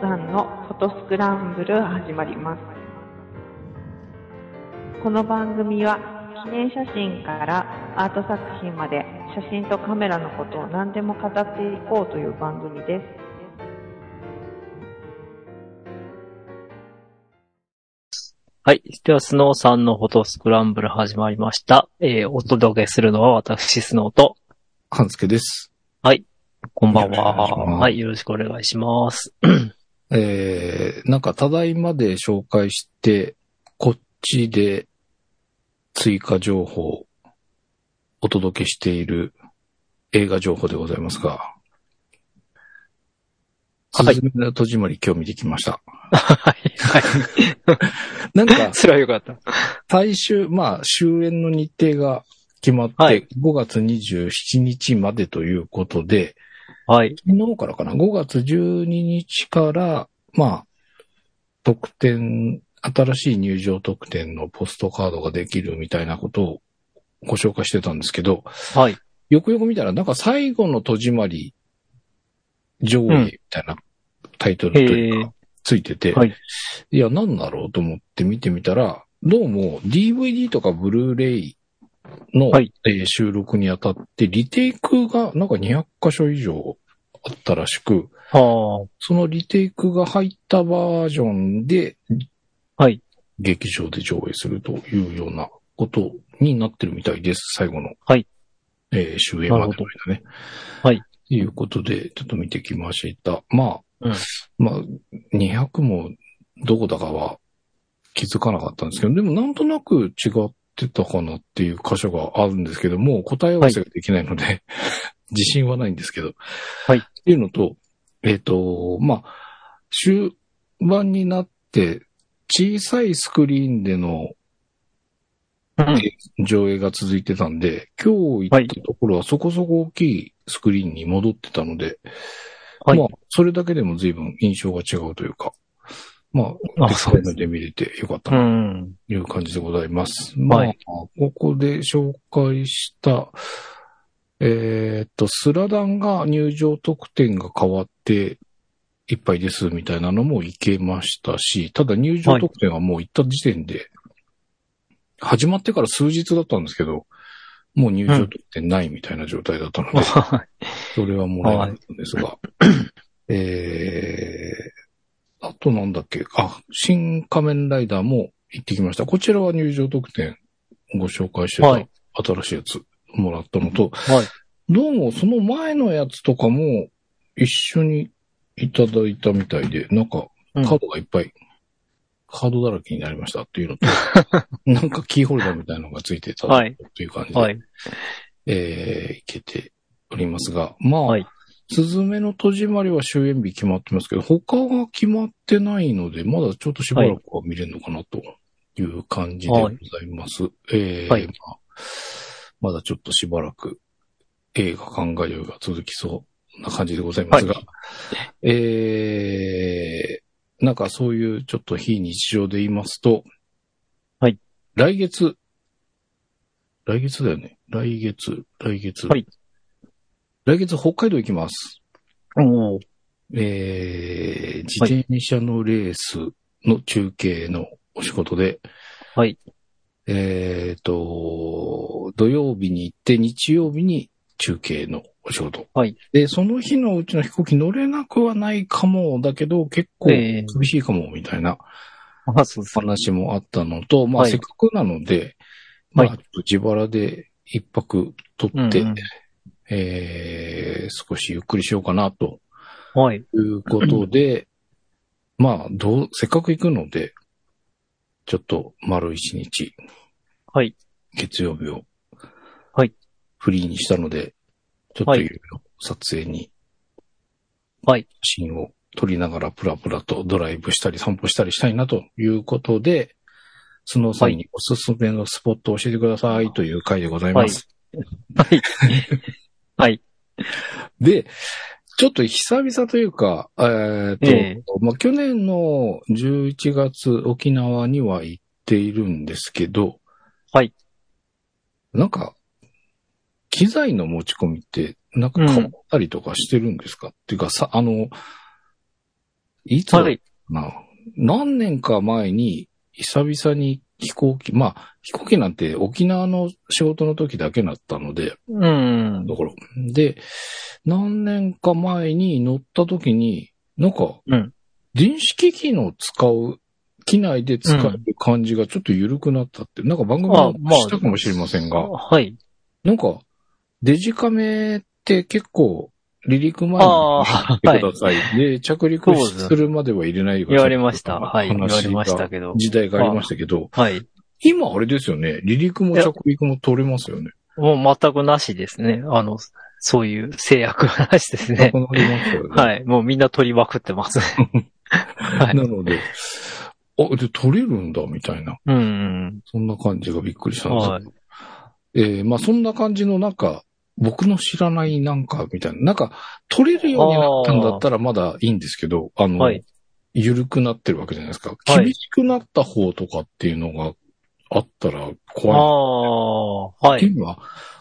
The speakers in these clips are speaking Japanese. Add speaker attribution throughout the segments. Speaker 1: さんのフォトスクランブル始まります。この番組は記念写真からアート作品まで写真とカメラのことを何でも語っていこうという番組です。
Speaker 2: はい。では、スノーさんのフォトスクランブル始まりました。えー、お届けするのは私、スノーと、
Speaker 3: 半助です。
Speaker 2: こんばん
Speaker 3: よろしくお願いしま
Speaker 2: は。
Speaker 3: す
Speaker 2: はい。よろしくお願いします。
Speaker 3: えー、なんか、ただいまで紹介して、こっちで追加情報をお届けしている映画情報でございますが、
Speaker 2: はい
Speaker 3: すずめの戸締まり今日見てきました。
Speaker 2: はい。はい。
Speaker 3: な ん か、
Speaker 2: それはよかった。
Speaker 3: 最終、まあ、終演の日程が決まって、
Speaker 2: はい
Speaker 3: 5月27日までということで、
Speaker 2: はい。
Speaker 3: 昨日からかな、5月12日から、まあ、特典、新しい入場特典のポストカードができるみたいなことをご紹介してたんですけど、
Speaker 2: はい。
Speaker 3: よくよく見たら、なんか最後の戸締まり上映みたいなタイトルという
Speaker 2: へ
Speaker 3: か、ついてて、
Speaker 2: はい
Speaker 3: いや、なんだろうと思って見てみたら、どうも DVD とかブルーレイの、
Speaker 2: はい
Speaker 3: えー収録にあたって、リテイクがなんか200箇所以上あったらしく、
Speaker 2: は
Speaker 3: そのリテイクが入ったバージョンで、
Speaker 2: はい。
Speaker 3: 劇場で上映するというようなことになってるみたいです。最後の。
Speaker 2: はい。
Speaker 3: えー終演までの間ね。
Speaker 2: はい。
Speaker 3: ということで、ちょっと見てきました。ま
Speaker 2: う
Speaker 3: あ、
Speaker 2: ん
Speaker 3: まあ、200もどこだかは気づかなかったんですけど、でもなんとなく違ってたかなっていう箇所があるんですけど、もう答え合わせができないので、 自信はないんですけど。
Speaker 2: はい
Speaker 3: っていうのと、えっ、と、まあ、終盤になって、小さいスクリーンでの
Speaker 2: あ。うん。
Speaker 3: 上映が続いてたんで、今日行ったところはそこそこ大きいスクリーンに戻ってたので、
Speaker 2: はい
Speaker 3: まあ、それだけでも随分印象が違うというか、まあ、
Speaker 2: あそうです
Speaker 3: 目で見れてよかった
Speaker 2: う
Speaker 3: なと
Speaker 2: ん。
Speaker 3: いう感じでございます。
Speaker 2: は
Speaker 3: まあ
Speaker 2: い、
Speaker 3: ここで紹介した、えーっと、スラダンが入場特典が変わって、いっぱいですみたいなのもいけましたし、ただ入場特典はもう行った時点で、始まってから数日だったんですけど、もう入場特典ないみたいな状態だったので、
Speaker 2: は
Speaker 3: それはもらえなかったんですが。えー、あとなんだっけ、あ、新仮面ライダーも行ってきました。こちらは入場特典ご紹介してた、
Speaker 2: はい
Speaker 3: 新しいやつもらったのと、
Speaker 2: はい
Speaker 3: どうもその前のやつとかも一緒にいただいたみたいで、なんか
Speaker 2: う
Speaker 3: カ
Speaker 2: ん
Speaker 3: ードがいっぱい、カードだらけになりましたっていう のと、なんかキーホルダーみたいなのがついてたと
Speaker 2: はい
Speaker 3: いう感じ
Speaker 2: い。
Speaker 3: で、
Speaker 2: はい。
Speaker 3: えー、いけておりますが、まあ、
Speaker 2: はい
Speaker 3: すずめの戸締まりは終演日決まってますけど、他が決まってないので、まだちょっとしばらくは見れるのかなという感じでございます。えー
Speaker 2: はい
Speaker 3: まあ、まだちょっとしばらく映画考えようが続きそうな感じでございますが、
Speaker 2: は
Speaker 3: えー、なんかそういうちょっと非日常で言いますと、
Speaker 2: はい。
Speaker 3: 来月、来月だよね。来月、来月。
Speaker 2: はい
Speaker 3: 来月北海道行きます。
Speaker 2: おー
Speaker 3: えー、自転車のレースの中継のお仕事で、
Speaker 2: はい。
Speaker 3: えーと、土曜日に行って日曜日に中継のお仕事。
Speaker 2: はい。
Speaker 3: で、その日のうちの飛行機乗れなくはないかも、だけど結構
Speaker 2: え
Speaker 3: 厳
Speaker 2: ー
Speaker 3: しいかも、みたいな
Speaker 2: あ、そうですね。
Speaker 3: 話もあったのと、まあ
Speaker 2: はい
Speaker 3: せっかくなので、まあ
Speaker 2: は
Speaker 3: ちょっと自腹で一泊取って、
Speaker 2: うんうん
Speaker 3: えー、少しゆっくりしようかなと
Speaker 2: はい。
Speaker 3: ということで、まあ、どう、せっかく行くので、ちょっと丸一日、
Speaker 2: はい。
Speaker 3: 月曜日を、
Speaker 2: はい。
Speaker 3: フリーにしたので、ちょっと
Speaker 2: はい
Speaker 3: いろいろ撮影に、
Speaker 2: はい。
Speaker 3: 写真を撮りながらプラプラとドライブしたり散歩したりしたいなということで、スノーさんにおすすめのスポットを教えてくださいという回でございます。
Speaker 2: はい。はい。
Speaker 3: で、ちょっと久々というか、えーっと、
Speaker 2: え
Speaker 3: まあ、去年の11月沖縄には行っているんですけど、
Speaker 2: はい。
Speaker 3: なんか、機材の持ち込みって、なんか変わったりとかしてるんですか、っていうかさ、あの、いつだ
Speaker 2: はい。
Speaker 3: な。何年か前に、久々に飛行機、まあ、飛行機なんて沖縄の仕事の時だけだったので、
Speaker 2: うん。
Speaker 3: ところ。で、何年か前に乗った時に、なんか、
Speaker 2: うん
Speaker 3: 電子機器の使う、機内で使える感じがちょっと緩くなったって、なんか番組
Speaker 2: あ
Speaker 3: も
Speaker 2: まあ
Speaker 3: したかもしれませんが、
Speaker 2: はい。
Speaker 3: なんか、デジカメって結構、離陸前に
Speaker 2: ああー、
Speaker 3: 入
Speaker 2: は
Speaker 3: れて
Speaker 2: い。
Speaker 3: ください。で、着陸
Speaker 2: そうです
Speaker 3: するまでは入れないでくだ
Speaker 2: 言
Speaker 3: さ
Speaker 2: わ
Speaker 3: い
Speaker 2: れました。はい。言われましたけど。
Speaker 3: 時代がありましたけど、
Speaker 2: はい。
Speaker 3: 今あれですよね。離陸も着陸も取れますよね。
Speaker 2: もう全くなしですね。あの、そういう制約がなしですね
Speaker 3: な。くなりますよね。
Speaker 2: はい。もうみんな取りまくってますね。 はい。
Speaker 3: なので、あ、で、取れるんだ、みたいな。
Speaker 2: うん。
Speaker 3: そんな感じがびっくりしたんです
Speaker 2: はい。
Speaker 3: けど。えーまあそんな感じのなんか、僕の知らないなんか、みたいな。なんか、取れるようになったんだったらまだいいんですけど、あの、
Speaker 2: はい
Speaker 3: 緩くなってるわけじゃないですか。
Speaker 2: はい
Speaker 3: 厳しくなった方とかっていうのがあったら
Speaker 2: あ
Speaker 3: 怖い
Speaker 2: あ、は
Speaker 3: ってい
Speaker 2: い。
Speaker 3: うのは、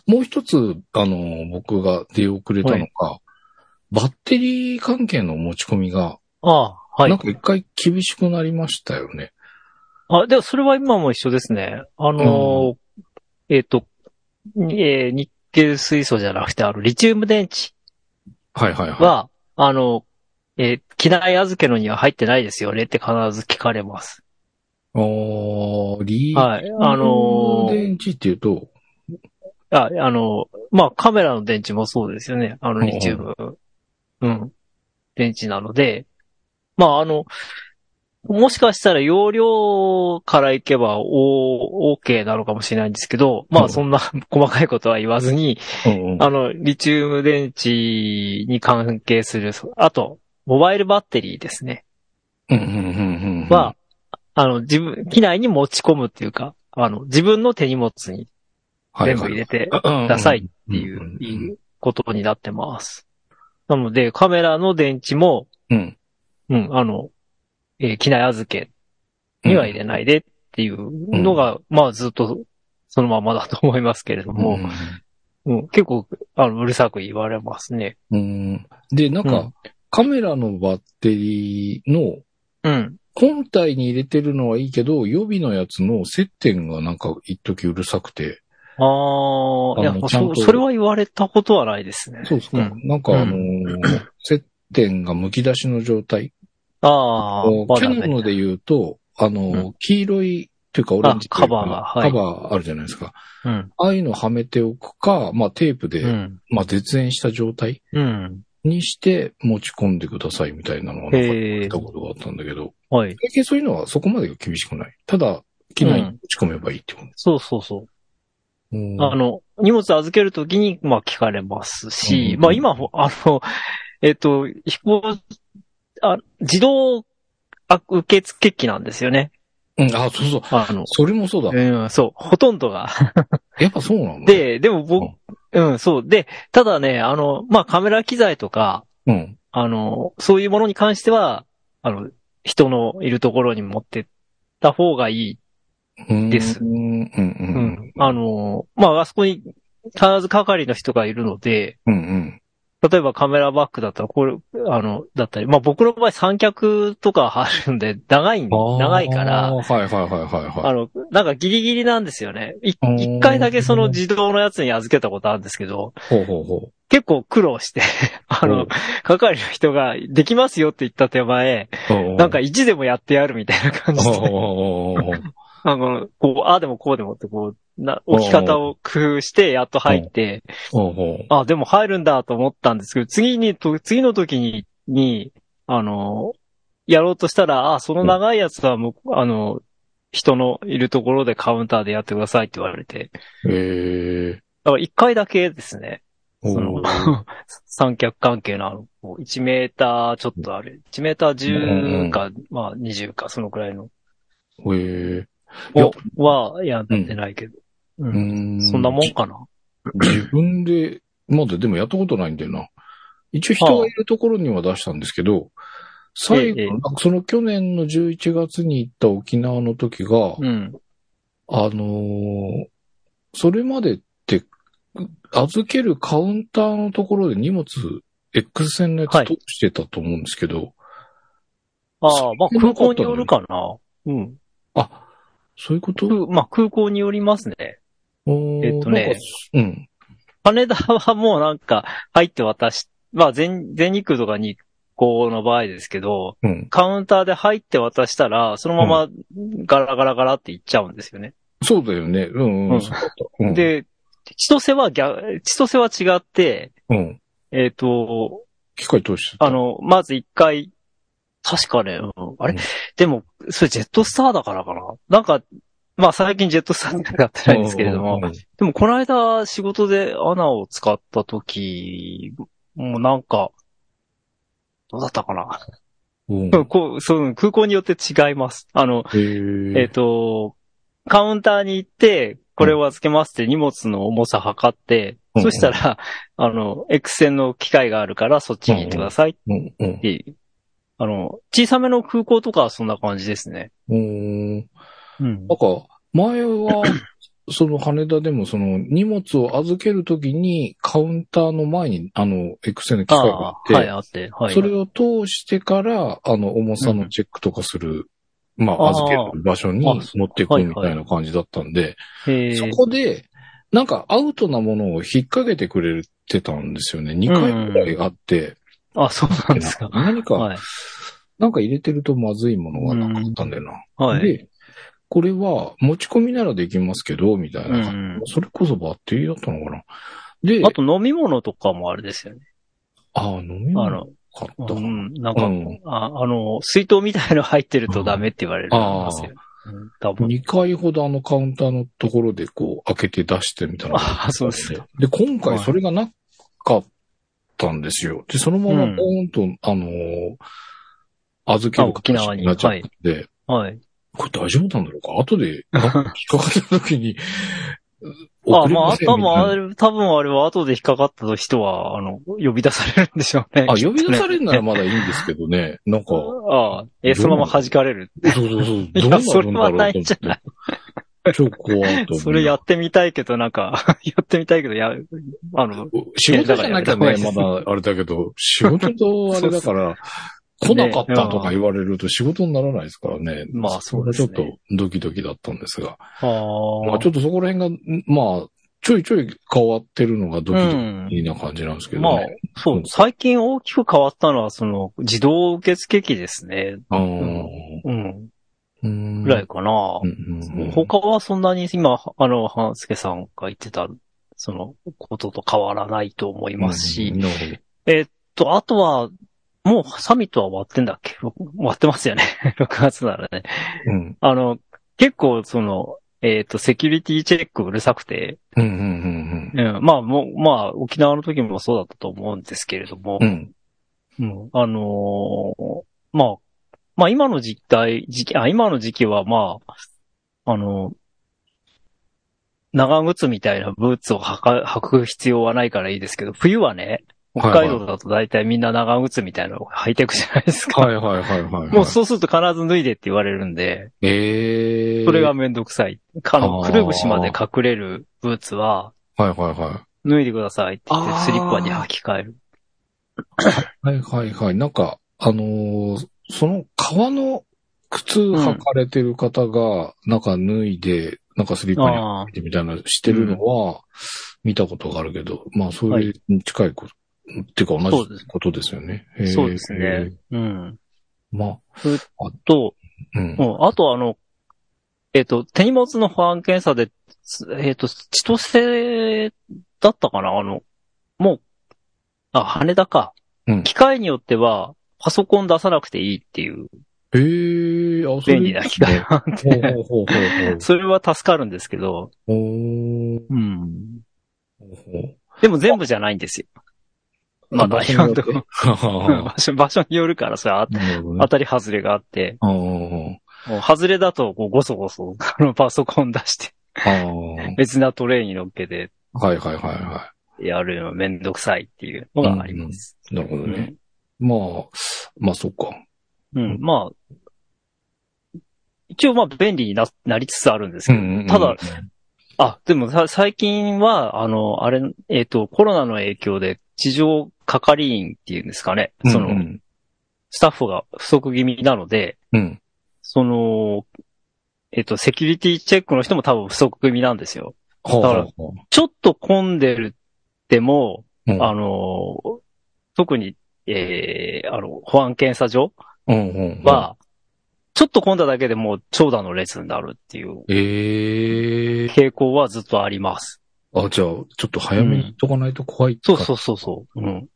Speaker 3: もう一つ、あの、僕が出遅れたのが、バッテリー関係の持ち込みが、
Speaker 2: ああ、は
Speaker 3: なん
Speaker 2: い。
Speaker 3: か一回厳しくなりましたよね。
Speaker 2: あ、でもそれは今も一緒ですね。あの、えっと、えー、ニッケル水素じゃなくて、あの、リチウム電池
Speaker 3: はいはいはい。
Speaker 2: は、あの、えー、機内預けのには入ってないですよねって必ず聞かれます。
Speaker 3: おー、リー
Speaker 2: はい。あのー
Speaker 3: 電池っていうと、
Speaker 2: あ、あの、まあ、カメラの電池もそうですよね。あの、リチウム。うん。電池なので、まあ、あの、もしかしたら容量からいけば、お、OK なのかもしれないんですけど、ま
Speaker 3: う
Speaker 2: あ、
Speaker 3: ん
Speaker 2: そんな 細かいことは言わずに、
Speaker 3: うんうん
Speaker 2: あの、リチウム電池に関係する、そあと、モバイルバッテリーですね。
Speaker 3: うんうんうんうん
Speaker 2: は、、あの、自分、機内に持ち込むっていうか、あの、自分の手荷物に全部入れてくださいってい
Speaker 3: うんうん
Speaker 2: う
Speaker 3: うん
Speaker 2: いうことになってます。なので、カメラの電池も、
Speaker 3: うん。
Speaker 2: うん、あの、えー機内預けには入れないでっていうのが、まあずっとそのままだと思いますけれども、うん結構、あの、うるさく言われますね。
Speaker 3: うん。うんで、なんか、
Speaker 2: うん
Speaker 3: カメラのバッテリーの、
Speaker 2: うん。
Speaker 3: 本体に入れてるのはいいけど、予備のやつの接点がなんか一時うるさくて。
Speaker 2: ああ、いや
Speaker 3: あの、ちゃん
Speaker 2: そ
Speaker 3: と
Speaker 2: それは言われたことはないですね。
Speaker 3: そうですか。
Speaker 2: うん
Speaker 3: なんかあのー 接点が剥き出しの状態。
Speaker 2: ああ、
Speaker 3: こう
Speaker 2: ま
Speaker 3: キ
Speaker 2: だ
Speaker 3: ャノン
Speaker 2: ね。
Speaker 3: で言うと、あのー
Speaker 2: う
Speaker 3: 黄色いというかオレンジとい
Speaker 2: あカ
Speaker 3: うか
Speaker 2: バーがはい
Speaker 3: カバーあるじゃないですか。
Speaker 2: うん。
Speaker 3: ああいうのはめておくか、まあテープで、
Speaker 2: うん。
Speaker 3: まあ絶縁した状態
Speaker 2: うん。
Speaker 3: にして持ち込んでくださいみたいなのはなんか
Speaker 2: へ
Speaker 3: 聞
Speaker 2: え
Speaker 3: いたことがあったんだけど、
Speaker 2: はい。
Speaker 3: 最近そういうのはそこまでが厳しくない。ただ、機内に持ち込めばいいってこと。
Speaker 2: そうそうそう。
Speaker 3: うん
Speaker 2: あの、荷物預けるときに、まあ聞かれますし、
Speaker 3: うん
Speaker 2: まあ今、あの、えっと、飛行、あ自動あ受付機なんですよね。
Speaker 3: うん、あ、そうそう。
Speaker 2: あの、
Speaker 3: それもそうだ。
Speaker 2: うん、そう、ほとんどが。
Speaker 3: やっぱそうなの、
Speaker 2: で、でも僕、うん、そう。で、ただね、あの、まあカメラ機材とか、
Speaker 3: うん。
Speaker 2: あの、そういうものに関しては、あの、人のいるところに持ってった方がいい。
Speaker 3: うん
Speaker 2: です
Speaker 3: うん、うん、う
Speaker 2: うんん。。あの、まああそこに必ず係の人がいるので、
Speaker 3: うん、うん。
Speaker 2: 例えばカメラバッグだったら、これ、あの、だったり、まあ僕の場合三脚とか貼るんで、長いん、長いか
Speaker 3: あ
Speaker 2: ら、
Speaker 3: ーはい、はい、はい、はい。は
Speaker 2: あ
Speaker 3: い
Speaker 2: の、なんかギリギリなんですよね。い
Speaker 3: あー
Speaker 2: 一回だけその自動のやつに預けたことあるんですけど、
Speaker 3: ほうほうほう。
Speaker 2: 結構苦労して、 あ
Speaker 3: おう
Speaker 2: の、係の人ができますよって言った手前、なんか、意地でもやってやるみたいな感
Speaker 3: お
Speaker 2: じ
Speaker 3: ー
Speaker 2: で、
Speaker 3: おーおーおーおー
Speaker 2: あの、こう、ああでもこうでもって、こう、な、置き方を工夫して、やっと入って、
Speaker 3: おーおー
Speaker 2: あ、でも入るんだと思ったんですけど、次にと、次の時に、に、あの、やろうとしたら、あ、その長いやつはもう、あの、人のいるところでカウンターでやってくださいって言われて。
Speaker 3: えー
Speaker 2: だから一回だけですね。
Speaker 3: お
Speaker 2: そ
Speaker 3: ー
Speaker 2: の、三脚関係のあの、こう1メーターちょっとある。1メーター10か、まあ20か、そのくらいの、
Speaker 3: えーいや
Speaker 2: をはやってないけど。う。
Speaker 3: うんん
Speaker 2: そんなもんかな。
Speaker 3: 自分で、まだでもやったことないんだよな。一応人がいるところには出したんですけど、最
Speaker 2: ええ
Speaker 3: 後、その去年の11月に行った沖縄の時が、
Speaker 2: うん。
Speaker 3: あのーそれまでって、預けるカウンターのところで荷物、X 線のやつ
Speaker 2: はい
Speaker 3: 通してたと思うんですけど、
Speaker 2: ああ、まあ空港によるかな。うん。
Speaker 3: あ、そういうこと
Speaker 2: くまあ空港によりますね。
Speaker 3: え
Speaker 2: えっとね。
Speaker 3: なんか
Speaker 2: 羽田はもうなんか入って渡し、まあ全、全日空とか日航の場合ですけど、
Speaker 3: うん、うん。
Speaker 2: カウンターで入って渡したら、そのままガラガラガラって行っちゃうんですよね。
Speaker 3: そうだよね。うん、
Speaker 2: う
Speaker 3: う、
Speaker 2: んん
Speaker 3: そうだった。うん、
Speaker 2: で、千歳は逆、千歳は違って、
Speaker 3: うん。
Speaker 2: えっ、と、
Speaker 3: 機械通してた。
Speaker 2: あの、まず一回、確かね、うんあれ、
Speaker 3: うん
Speaker 2: でも、それジェットスターだからかななんか、まあ最近ジェットスターになってないんですけれども
Speaker 3: うん、うん
Speaker 2: でもこの間仕事でアナを使った時もなんか、どうだったかな、
Speaker 3: うん。
Speaker 2: うん こうそう空港によって違います。あの、
Speaker 3: へー
Speaker 2: えっ、と、カウンターに行って、これを預けますって荷物の重さ測って、
Speaker 3: うん
Speaker 2: そしたら、あの、X 線の機械があるからそっちに行ってくださいっ
Speaker 3: うん、うん
Speaker 2: ていう。あの、小さめの空港とかはそんな感じですね。
Speaker 3: うん。
Speaker 2: うん
Speaker 3: なんか、前は、 その羽田でもその荷物を預けるときにカウンターの前にあの X の機械があって、
Speaker 2: はい、あって。はい。
Speaker 3: それを通してからあの重さのチェックとかする、まあ
Speaker 2: あー
Speaker 3: 預ける場所に
Speaker 2: あ
Speaker 3: 持っていくみたいな感じだったんで、
Speaker 2: へー
Speaker 3: そこでなんかアウトなものを引っ掛けてくれてたんですよね。2回くらいあって、
Speaker 2: あ、そうなんですか。
Speaker 3: 何か、
Speaker 2: はい。
Speaker 3: なんか入れてるとまずいものがなかったんだよな。
Speaker 2: はい。
Speaker 3: で、これは持ち込みならできますけど、みたいな
Speaker 2: う
Speaker 3: 感
Speaker 2: んうん
Speaker 3: じ。それこそバッテリーだったのかな。で、
Speaker 2: あと飲み物とかもあれですよね。
Speaker 3: ああ、飲み
Speaker 2: あ
Speaker 3: 物
Speaker 2: の、
Speaker 3: 買っ
Speaker 2: う
Speaker 3: た。
Speaker 2: ん、なん
Speaker 3: う
Speaker 2: か、
Speaker 3: ん
Speaker 2: ああの、水筒みたいの入ってるとダメって言われるんですよ。うん多分。
Speaker 3: 2回ほどあのカウンターのところでこう開けて出してみたいな。
Speaker 2: ああ、そうですか。
Speaker 3: で、今回それがなかったんですよ。で、そのままポーンと、あのー預ける形
Speaker 2: あ沖縄に
Speaker 3: になっちゃったんで、
Speaker 2: はい。
Speaker 3: これ大丈夫なんだろうか 後で、なんか引っかかった時に、
Speaker 2: あ、
Speaker 3: 遅れ
Speaker 2: ま あ、
Speaker 3: ません
Speaker 2: 多
Speaker 3: みたい
Speaker 2: 分
Speaker 3: な
Speaker 2: あれ、多分あれは後で引っかかった人は、あの、呼び出されるんでしょうね。
Speaker 3: あ、呼び出さ
Speaker 2: る
Speaker 3: れるならまだいいんですけどね。なんか、
Speaker 2: ああ、え、そのまま弾かれる。
Speaker 3: そうそうそう。
Speaker 2: い
Speaker 3: ど
Speaker 2: や
Speaker 3: うなるんだ
Speaker 2: そ
Speaker 3: ろうと思
Speaker 2: れはないんじ
Speaker 3: っ
Speaker 2: ゃな
Speaker 3: て。超怖いと思う。
Speaker 2: それやってみたいけど、なんか、 やってみたいけど、や、あの、
Speaker 3: 仕事じゃなきゃね、
Speaker 2: いやだ
Speaker 3: ま
Speaker 2: から
Speaker 3: だあれだけど、仕事とあれだから、来なかったとか言われると仕事にならないですからね。
Speaker 2: まあそうですね
Speaker 3: れはちょっとドキドキだったんです
Speaker 2: あ
Speaker 3: が。
Speaker 2: あ、
Speaker 3: まあちょっとそこら辺が、まあ、ちょいちょい変わってるのがドキド
Speaker 2: うん
Speaker 3: キな感じなんですけど
Speaker 2: まあ
Speaker 3: ね。、、
Speaker 2: そううん最近大きく変わったのは、その、自動受付機ですね。
Speaker 3: あー
Speaker 2: うん。
Speaker 3: うん
Speaker 2: ぐらいかな
Speaker 3: う。んうんうん
Speaker 2: 他はそんなに今、あの、半助さんが言ってた、その、ことと変わらないと思いますし、
Speaker 3: なるほど
Speaker 2: と、あとは、もうサミットは終わってんだっけろく終わってますよね。6月 ならね。
Speaker 3: うん
Speaker 2: あの、結構その、えっ、と、セキュリティチェックうるさくて、
Speaker 3: うんうん
Speaker 2: うん、まあもう、まあ、沖縄の時もそうだったと思うんですけれども、
Speaker 3: うんうん。うん。
Speaker 2: うんあのーまあ、まあ今の時代、時期、あ、今の時期はまあ、あの長靴みたいなブーツを履か、履く必要はないからいいですけど、冬はね、北海道だと大体みんな長靴みたいなのを履いていくじゃないですか。
Speaker 3: はいはいはいはいはい。
Speaker 2: もうそうすると必ず脱いでって言われるんで、
Speaker 3: ええ
Speaker 2: それがめんどくさい。あの、
Speaker 3: あ
Speaker 2: く
Speaker 3: ー
Speaker 2: るぶしまで隠れるブーツは、
Speaker 3: はいはいは
Speaker 2: 脱いでくださいって言っ
Speaker 3: あ
Speaker 2: て、
Speaker 3: ー
Speaker 2: スリッパに履き替える。
Speaker 3: い。はいはいはい。なんか、あのーその革の靴履かれてる方が、なんか脱いで、なんかスリッパに履
Speaker 2: ああ
Speaker 3: いてみたいなのしてるのは、見たことがあるけど、まあそれに近いこと、っていうか同じことですよね。へ
Speaker 2: ー、
Speaker 3: ー
Speaker 2: そうですね。。うん。
Speaker 3: まあ、
Speaker 2: と、
Speaker 3: うん。
Speaker 2: うん、あとあの、えっ、と、手荷物の保安検査で、つえっ、と、千歳だったかなあの、もう、あ、羽田か。
Speaker 3: うん
Speaker 2: 機械によっては、パソコン出さなくていいっていう
Speaker 3: ええあ、それ
Speaker 2: 便利な機械があって、
Speaker 3: ほうほうほうほうほう
Speaker 2: それは助かるんですけど、
Speaker 3: ほ
Speaker 2: う
Speaker 3: う
Speaker 2: ん。
Speaker 3: ほうほう。
Speaker 2: でも全部じゃないんですよ。まあ、場所によ ってうん場所場所によるからさ、
Speaker 3: なるほどね
Speaker 2: 当たり外れがあって、
Speaker 3: あー
Speaker 2: もう外れだとこうごそごそ、 あの、パソコン出して、
Speaker 3: あー。
Speaker 2: 別なトレイに乗っけて、
Speaker 3: はいはいはいは
Speaker 2: やるのめんどくさいっていうのがあります。
Speaker 3: い。なるほど
Speaker 2: うん
Speaker 3: ね。まあ、まあそっか。
Speaker 2: うんまあ、一応まあ便利にななりつつあるんですけど、ただ、、あ、でもさ最近は、あの、あれ、えっ、と、コロナの影響で地上係員っていうんですかね、その、
Speaker 3: うん
Speaker 2: スタッフが不足気味なので、
Speaker 3: うん。
Speaker 2: その、えっと、セキュリティチェックの人も多分不足気味なんですよ。
Speaker 3: は
Speaker 2: だ
Speaker 3: あ
Speaker 2: から
Speaker 3: はあは
Speaker 2: ちょっと混んでるでも、
Speaker 3: あうん
Speaker 2: あの、特に、えー、あの、保安検査所
Speaker 3: うんうんうん。
Speaker 2: は、ちょっと混んだだけでもう長蛇の列になるっていう
Speaker 3: ええ
Speaker 2: 傾向はずっとあります。
Speaker 3: あ、じゃあ、ちょっと早めに行っとかないと怖い。
Speaker 2: そうそううそうそう。うん。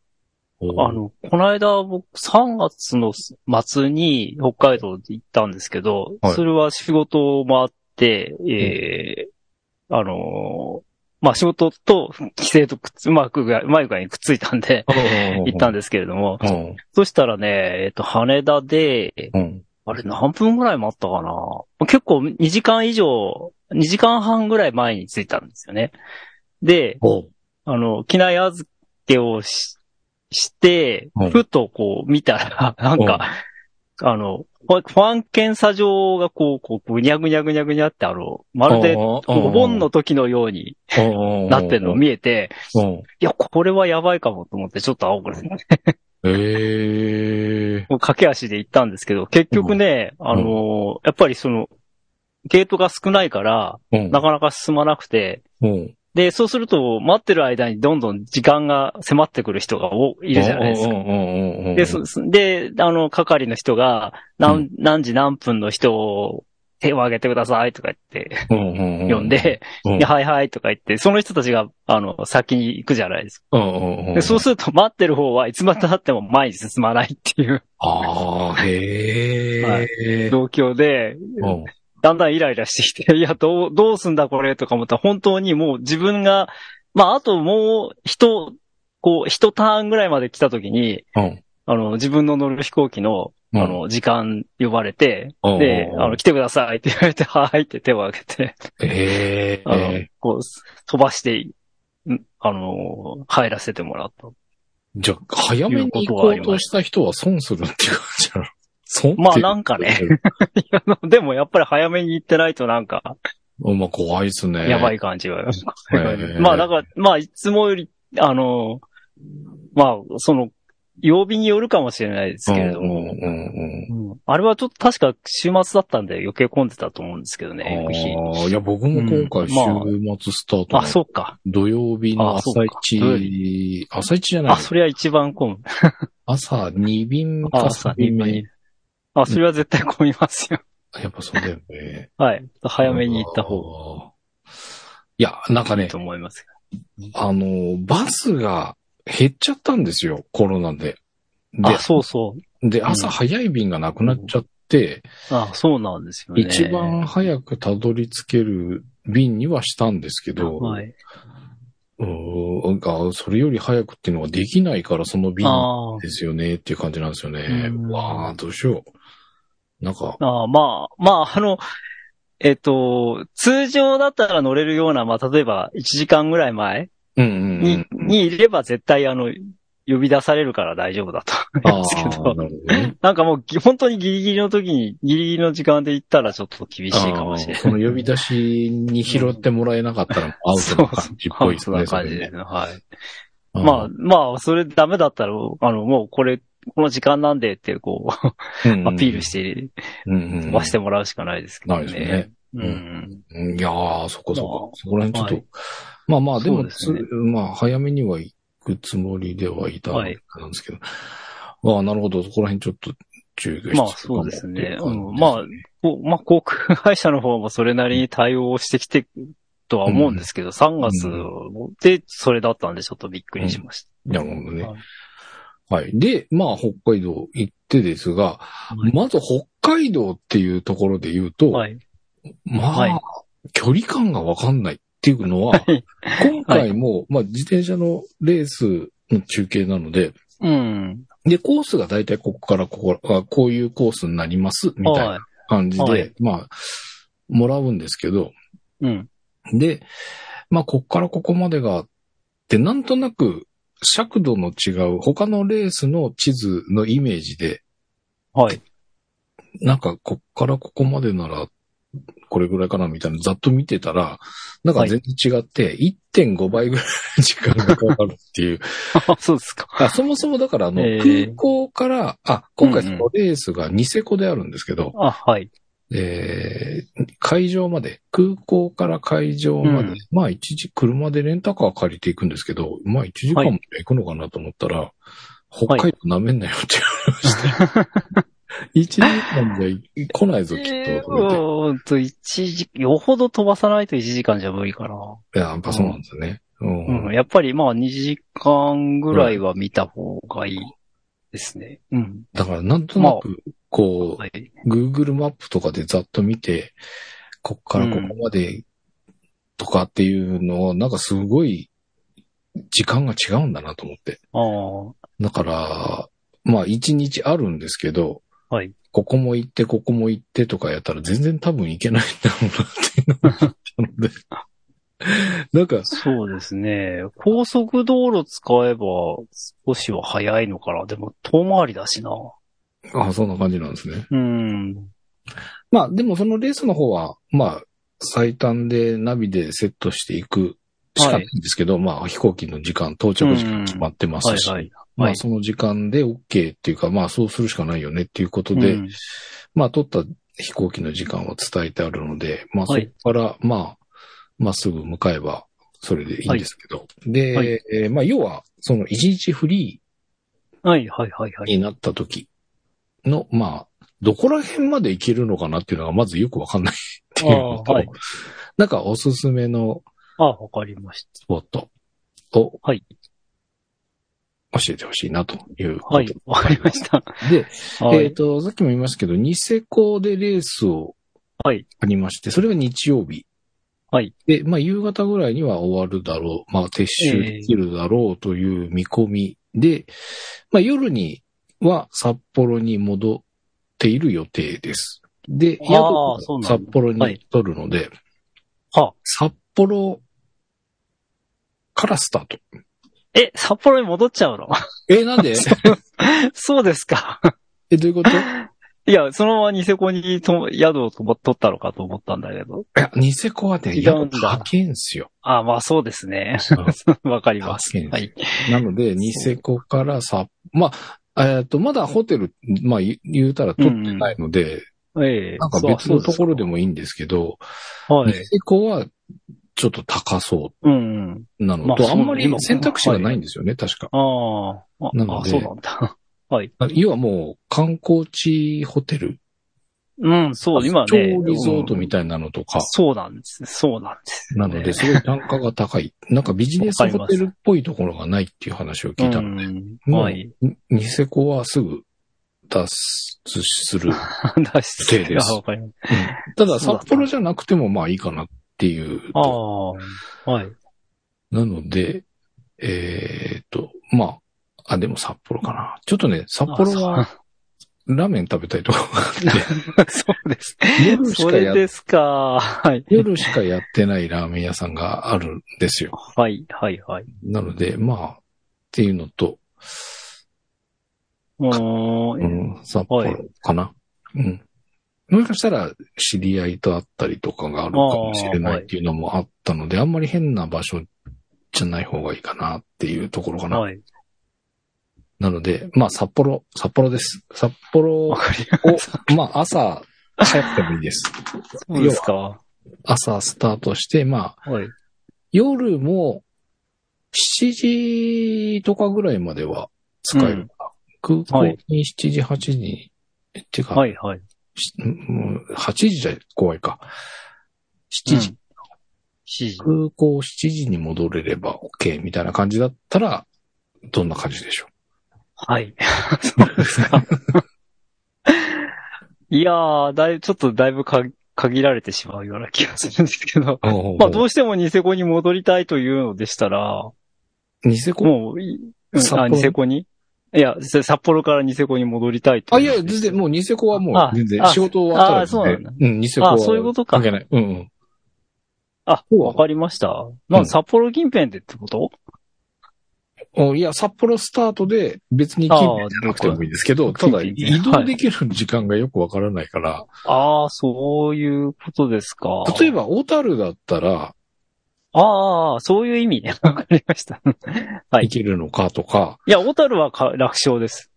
Speaker 3: おー
Speaker 2: あ、の、この間僕3月の末に北海道で行ったんですけど、
Speaker 3: はい
Speaker 2: それは仕事もあって、えーあのーまあ、仕事と帰省とくっつ、うまくが、うまい具合にくっつい たんで、行ったん
Speaker 3: で。
Speaker 2: ですけれども、
Speaker 3: うん。
Speaker 2: そしたらね、えっと、羽田で、
Speaker 3: うん。
Speaker 2: あれ何分ぐらい待ったかな結構2時間以上、2時間半ぐらい前に着いたんですよね。で、
Speaker 3: おう
Speaker 2: あの、機内預けをし、して
Speaker 3: うん、
Speaker 2: ふとこう見たら、 なんか、あの、保保安検査場がこう、こう、ぐにゃぐにゃぐにゃぐにゃってあの、まるで、
Speaker 3: お
Speaker 2: お盆の時のようになってるのを見えて、
Speaker 3: うん。
Speaker 2: いや、これはやばいかもと思って、ちょっと青くなって
Speaker 3: ええ
Speaker 2: もう駆け足で行ったんですけど、結局ね、あのーやっぱりその、ゲートが少ないから、
Speaker 3: うん。
Speaker 2: なかなか進まなくて、
Speaker 3: うん。
Speaker 2: で、そうすると、待ってる間にどんどん時間が迫ってくる人が多い
Speaker 3: い
Speaker 2: るじゃないです
Speaker 3: うん
Speaker 2: か。
Speaker 3: うんうんうん。
Speaker 2: で、そそで、あの、係の人が、
Speaker 3: う
Speaker 2: 何、何時何分の人を手を挙げてくださいとか言って、
Speaker 3: うんうんうん。
Speaker 2: 呼んで、
Speaker 3: うん、
Speaker 2: ではいはいとか言って、その人たちが、あの、先に行くじゃないですか。
Speaker 3: うんうんうん。
Speaker 2: で、そうすると待ってる方はいつまで経っても前に進まないっていう
Speaker 3: ああ、へえ。
Speaker 2: はい
Speaker 3: うん。
Speaker 2: 状況で、だんだんイライラしてきて、い や、どう、どうすんだこれとか思ったら、本当にもう自分が、まあ、あともう、人、こう、一ターンぐらいまで来た時に、
Speaker 3: うん。
Speaker 2: あの、自分の乗る飛行機の、
Speaker 3: うん
Speaker 2: あの、時間呼ばれて、
Speaker 3: うん
Speaker 2: で、
Speaker 3: うん
Speaker 2: あの、来てくださいって言われて、 はいって手を挙げて、
Speaker 3: へえ。
Speaker 2: あの、こう、飛ばして、んあの、入らせてもらった。
Speaker 3: じゃあ、早めに行こうとした人は損するっていう感じなの損ってい う
Speaker 2: まあなんかね。いやあの でもやっぱり早めに行ってないとなんか、
Speaker 3: うんまあ怖いですね。
Speaker 2: やば
Speaker 3: い。
Speaker 2: い感じが。
Speaker 3: ー
Speaker 2: まあだから、まあいつもより、あの、まあその、曜日によるかもしれないですけれども、
Speaker 3: うんうん
Speaker 2: うんあれはちょっと確か週末だったんで余計混んでたと思うんですけどね、行く日。
Speaker 3: うん。ああ、いや、僕も今回週末スタートの
Speaker 2: あ、そうか。
Speaker 3: 土曜日の朝
Speaker 2: あそうか土曜
Speaker 3: 一、朝一じゃない
Speaker 2: あ、それは一番混む。
Speaker 3: 朝二便
Speaker 2: あ
Speaker 3: か
Speaker 2: 朝
Speaker 3: 三
Speaker 2: 二
Speaker 3: 便
Speaker 2: 便
Speaker 3: 目。
Speaker 2: あ、それは絶対混みますよ。
Speaker 3: やっぱそうだよね。
Speaker 2: はい。早めに行った方が
Speaker 3: が。いや、なんか
Speaker 2: いい
Speaker 3: ね
Speaker 2: と、思いますけ
Speaker 3: あの、バスが減っちゃったんですよ、コロナで。
Speaker 2: ど。
Speaker 3: で
Speaker 2: あ、、そうそう。
Speaker 3: で朝早い便がなくなっちゃって、
Speaker 2: あ、そうなんですよね。
Speaker 3: 一番早くたどり着ける便にはしたんですけど、
Speaker 2: はい。
Speaker 3: うーんが、それより早くっていうのはできないから、その便
Speaker 2: ああ。
Speaker 3: ですよねっていう感じなんですよね。
Speaker 2: うん
Speaker 3: わあ、どうしよう。なんか、
Speaker 2: ああまあ、まあ、あの、えっと、通常だったら乗れるような、まあ、例えば1時間ぐらい前
Speaker 3: うんうんう
Speaker 2: に
Speaker 3: ん、。
Speaker 2: にいれば絶対あの、呼び出されるから大丈夫だと思
Speaker 3: あ
Speaker 2: うん ですけ
Speaker 3: あ、な
Speaker 2: ど、
Speaker 3: るほどね。
Speaker 2: なんかもうぎ本当にギリギリの時に、ギリギリの時間で行ったらちょっと厳しいかもしれ
Speaker 3: あー
Speaker 2: な
Speaker 3: そ
Speaker 2: い。
Speaker 3: の呼び出しに拾ってもらえなかったらアウトな感じっぽいです
Speaker 2: そうそうアウトな感じ
Speaker 3: ね。
Speaker 2: で
Speaker 3: れ
Speaker 2: す
Speaker 3: ね
Speaker 2: ね。はい。
Speaker 3: うん
Speaker 2: まあ、まあ、それダメだったら、あの、もうこれ、この時間なんでって、こう、アピールして、
Speaker 3: 飛
Speaker 2: 飛ばしてもらうしかないですけど
Speaker 3: ない
Speaker 2: ね。
Speaker 3: ですね。
Speaker 2: うん。
Speaker 3: うんいやー、そっかそ
Speaker 2: ま
Speaker 3: っ
Speaker 2: あ
Speaker 3: か。そこら辺ちょっ
Speaker 2: は
Speaker 3: と、まあまあ、で
Speaker 2: そう
Speaker 3: も
Speaker 2: で
Speaker 3: つ、
Speaker 2: すね
Speaker 3: まあ、早めには行くつもりではいたん
Speaker 2: はい
Speaker 3: ですけど。ああ、なるほど。そこら辺ちょっと注意が必要
Speaker 2: まあ
Speaker 3: かも
Speaker 2: そうですね
Speaker 3: ってい感じですね
Speaker 2: うんまあこうまあ、航空会社の方もそれなりに対応してきてとは思うんですけど、3月でそれだったんでちょっとびっくりしまし
Speaker 3: なるほどね
Speaker 2: はい。
Speaker 3: はい。で、まあ、北海道行ってですが、
Speaker 2: た。
Speaker 3: まず北海道っていうところで言うと、
Speaker 2: はい。は
Speaker 3: まあ
Speaker 2: い、
Speaker 3: 距離感がわかんないっていう のは、
Speaker 2: い
Speaker 3: 今回も、まあ、自転車のレースの中継なので、
Speaker 2: うん。
Speaker 3: で、コースが大体ここからここ、あこういうコースになります、みたい
Speaker 2: は
Speaker 3: な感じで、
Speaker 2: はい
Speaker 3: まあ、もらうんですけど、
Speaker 2: い。うん。
Speaker 3: で、まあ、こっからここまでがあって、なんとなく、尺度の違う、他のレースの地図のイメージで、
Speaker 2: はい。
Speaker 3: なんか、こっからここまでなら、これぐらいかなみたいな、ざっと見てたら、なんか全然違って、1.5倍ぐらいの時間がかかるっていう。
Speaker 2: あ、そうですか。
Speaker 3: あそもそもだから、あの、
Speaker 2: えー
Speaker 3: 空港から、あ、今回そ
Speaker 4: うんう
Speaker 3: のレースがニセコであるんですけど、
Speaker 2: あ、はい。
Speaker 3: えー会場まで、空港から会場まで、
Speaker 4: うん
Speaker 3: まあ一時、車でレンタカー借りていくんですけど、まあ一時間も行くのかなと思ったら、北海道舐めんなよって言われました。1時間じゃ来ないぞ、きっ
Speaker 2: えー
Speaker 3: とと
Speaker 2: う
Speaker 3: 思って。
Speaker 2: んと、一時、よほど飛ばさないと一時間じゃ無理かな。
Speaker 3: いややっぱそうなんですよね。うん
Speaker 2: うん、やっぱりまあ2時間ぐらいは見た方がいいですね。うん。
Speaker 3: だからなんとなく、こ
Speaker 2: は
Speaker 3: う、
Speaker 2: い。
Speaker 3: Google マップとかでざっと見て、こっからここまでとかっていうのを、なんかすごい時間が違うんだなと思って。
Speaker 2: ああ、
Speaker 3: だから、まあ一日あるんですけど、
Speaker 2: はい。
Speaker 3: ここも行って、ここも行ってとかやったら全然多分行けないんだろうなっていうのが なんか、
Speaker 2: そうですね。高速道路使えば少しは早いのかな。でも遠回りだしな。
Speaker 3: あそんな感じなんですね。
Speaker 2: うん。
Speaker 3: まあでもそのレースの方は、まあ最短でナビでセットしていくしかないんですけど、まあ飛行機の時間、到着時間決まってま
Speaker 2: は
Speaker 3: すし、
Speaker 2: いはい。
Speaker 3: ま
Speaker 2: は
Speaker 3: あ
Speaker 2: い。
Speaker 3: その時間で OK っていうか、まあそうするしかないよねっていうことで、
Speaker 2: うん
Speaker 3: まあ、取った飛行機の時間は伝えてあるので、まあ、そ
Speaker 2: はい
Speaker 3: こから、まあ、まっすぐ向かえば、それでいいんですけど。で、
Speaker 2: はい
Speaker 3: えーまあ、要は、その、一日フリ
Speaker 2: はいはいはいは
Speaker 3: ー
Speaker 2: い。
Speaker 3: になった時の、まあ、どこら辺まで行けるのかなっていうのが、まずよくわかんないっていうのと、
Speaker 2: あーはい
Speaker 3: なんか、おすすめの
Speaker 2: あ、わかりまし
Speaker 3: スポットを、
Speaker 2: はい
Speaker 3: 教えてほしいなという
Speaker 2: た。は
Speaker 3: こ
Speaker 2: い。わかりました。
Speaker 3: とで、
Speaker 2: は
Speaker 3: えっ、
Speaker 2: い。
Speaker 3: と、さっきも言いましたけど、ニセコでレースを、
Speaker 2: はい
Speaker 3: ありまして、それが日曜日。
Speaker 2: はい。
Speaker 3: で、まあ、夕方ぐらいには終わるだろう。まあ、撤収できるだろうという見込みで、まあ、夜には札幌に戻っている予定です。で、宿
Speaker 2: あー
Speaker 3: を
Speaker 2: そうなんだ
Speaker 3: 札幌
Speaker 2: はい
Speaker 3: に取るので、
Speaker 2: はあ
Speaker 3: 札幌からスタート。
Speaker 2: え、札幌に戻っちゃうの
Speaker 3: え、なんで
Speaker 2: そうですか。
Speaker 3: え、どういうことい
Speaker 2: いや、そのままニセコにと宿をとも取ったのかと思ったんだけど。
Speaker 3: や、ニセコはね、
Speaker 2: 違うん
Speaker 3: 宿
Speaker 2: だ
Speaker 3: 高けんすよ。
Speaker 2: あまあそうですね。 わかります。
Speaker 3: 高いん
Speaker 2: は
Speaker 3: で
Speaker 2: い。
Speaker 3: なので、ニセコからさ、まあ、えっ、と、まだホテル、まあ、言言うたら取ってないので、
Speaker 2: ええ
Speaker 3: なんか別のところで
Speaker 2: も。
Speaker 3: もいいんですけど、
Speaker 2: は
Speaker 3: ニ
Speaker 2: い。
Speaker 3: セコはちょっと高そ
Speaker 2: うんうん。
Speaker 3: うなの
Speaker 2: まあ
Speaker 3: と、
Speaker 2: そう
Speaker 3: あ、んまり
Speaker 2: 今
Speaker 3: 選択肢がないんですよね、確か。
Speaker 2: ああ
Speaker 3: な
Speaker 2: あ。
Speaker 3: の
Speaker 2: あ、
Speaker 3: で
Speaker 2: そうなんだ。 はい。
Speaker 3: 要はもう観光地ホテル、
Speaker 2: うん、そう、今ね。
Speaker 3: 超リゾートみ
Speaker 2: い
Speaker 3: たいなのとか、
Speaker 2: そうなんです。そうなんです。
Speaker 3: なので、すごい単価が高い。なんかビジネスホテルっぽいところがないっていう話を聞いたので、
Speaker 2: うんはい。
Speaker 3: ニニセコはすぐ脱出する。
Speaker 2: 出して
Speaker 3: 手です
Speaker 2: あ、わかります。
Speaker 3: ただ、札幌じゃなくてもまあいいかなっていう
Speaker 2: あ
Speaker 3: と。
Speaker 2: あ。はい。
Speaker 3: なので、えーっと、まあ、あ、でも札幌かな。ちょっとね、札幌はラーメン食べたいと こがあ
Speaker 2: あ。
Speaker 3: って、
Speaker 2: そうそうです。
Speaker 3: 夜し
Speaker 2: そ
Speaker 3: か
Speaker 2: れ
Speaker 3: や、
Speaker 2: ですか。はい。
Speaker 3: 夜しかやってないラーメン屋さんがあるんですよ。
Speaker 2: はい、はい、はい。
Speaker 3: なので、まあ、っていうのと、
Speaker 2: うー。
Speaker 3: うんん、札
Speaker 2: は
Speaker 3: 幌
Speaker 2: い
Speaker 3: かな。うん。もしかしたら、知り合いと会ったりとかがあるかもしれないっていうのもあったので、あんまり変な場所じゃない方がいいかなっていうところかな。
Speaker 2: はい。
Speaker 3: なので、まあ、札幌、札幌です。札幌を
Speaker 2: わ、かり
Speaker 3: まあ、朝、早くてもいいです。
Speaker 2: そうですか。は
Speaker 3: 朝スタートして、まあ、
Speaker 2: い。
Speaker 3: 夜も、7時とかぐらいまでは使えるかな。
Speaker 2: は
Speaker 3: 空
Speaker 2: い
Speaker 3: 港に7時、8時に、えっていうか、
Speaker 2: はい、はい。
Speaker 3: しうん8時じゃ怖いか。7時、
Speaker 2: 7時。
Speaker 3: 空港7時に戻れれば OK みたいな感じだったら、どんな感じでし ょ
Speaker 2: はい。 そうですか。いやー、だいぶ、ちょっとだいぶか限られてしまうような気がするんですけど。
Speaker 3: う。
Speaker 2: まあ、どうしてもニセコに戻りたいというのでしたら、
Speaker 3: ニセコ
Speaker 2: もうい、うん
Speaker 3: 札幌
Speaker 2: あ、ニセコにいや、さ札幌からニセコに戻りたいと
Speaker 3: あ、
Speaker 2: い
Speaker 3: いうや、全然、もうニセコはも
Speaker 2: あ
Speaker 3: う、全然、
Speaker 2: あ
Speaker 3: 仕事終わったら、
Speaker 2: あそうなんだ
Speaker 3: うん、ニセコは。
Speaker 2: あそういうことか
Speaker 3: 関係ない。うんうん。
Speaker 2: あ、
Speaker 3: そう
Speaker 2: わかりました。まあ、
Speaker 3: うん
Speaker 2: 札幌近辺でってこと
Speaker 3: おいや、札幌スタートで別に近辺じゃなくてもいいんですけど、ただ
Speaker 2: 近辺
Speaker 3: 移動できる時間がよくわからないから、
Speaker 2: ああ、そういうことですか。
Speaker 3: 例え
Speaker 2: ば。
Speaker 3: ば小樽だったら
Speaker 2: ああ、そういう意味ね。 わかりました。はい
Speaker 3: 行けるのかとか、
Speaker 2: いや、小樽はか楽勝です。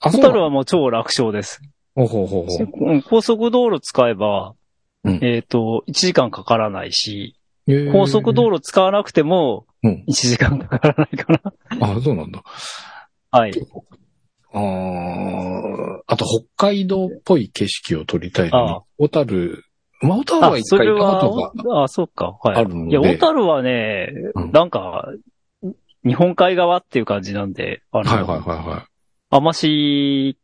Speaker 3: あ、
Speaker 2: 小
Speaker 3: そうな
Speaker 2: 樽
Speaker 3: の
Speaker 2: はもう超楽勝です。
Speaker 3: ほうほうほうほう。
Speaker 2: うん高速道路使えば、
Speaker 3: うん
Speaker 2: えっ、と、1時間かからないし、
Speaker 3: へー
Speaker 2: 高速道路使わなくても
Speaker 3: うん、
Speaker 2: 1時間かからないかな。
Speaker 3: あ、そうなんだ。
Speaker 2: はい。
Speaker 3: あーあと、北海道っぽい景色を撮りたい
Speaker 2: あ
Speaker 3: のに、小樽、まあ、小樽
Speaker 2: あ
Speaker 3: は、一
Speaker 2: そ
Speaker 3: 回
Speaker 2: れ
Speaker 3: 行った
Speaker 2: は
Speaker 3: ことが、
Speaker 2: ああ、そうか。は
Speaker 3: あ
Speaker 2: い。
Speaker 3: るの
Speaker 2: い
Speaker 3: で、
Speaker 2: や、小樽はね、
Speaker 3: うん
Speaker 2: なんか、日本海側っていう感じなんで、あの、
Speaker 3: はいはいはいはい。
Speaker 2: あんまし、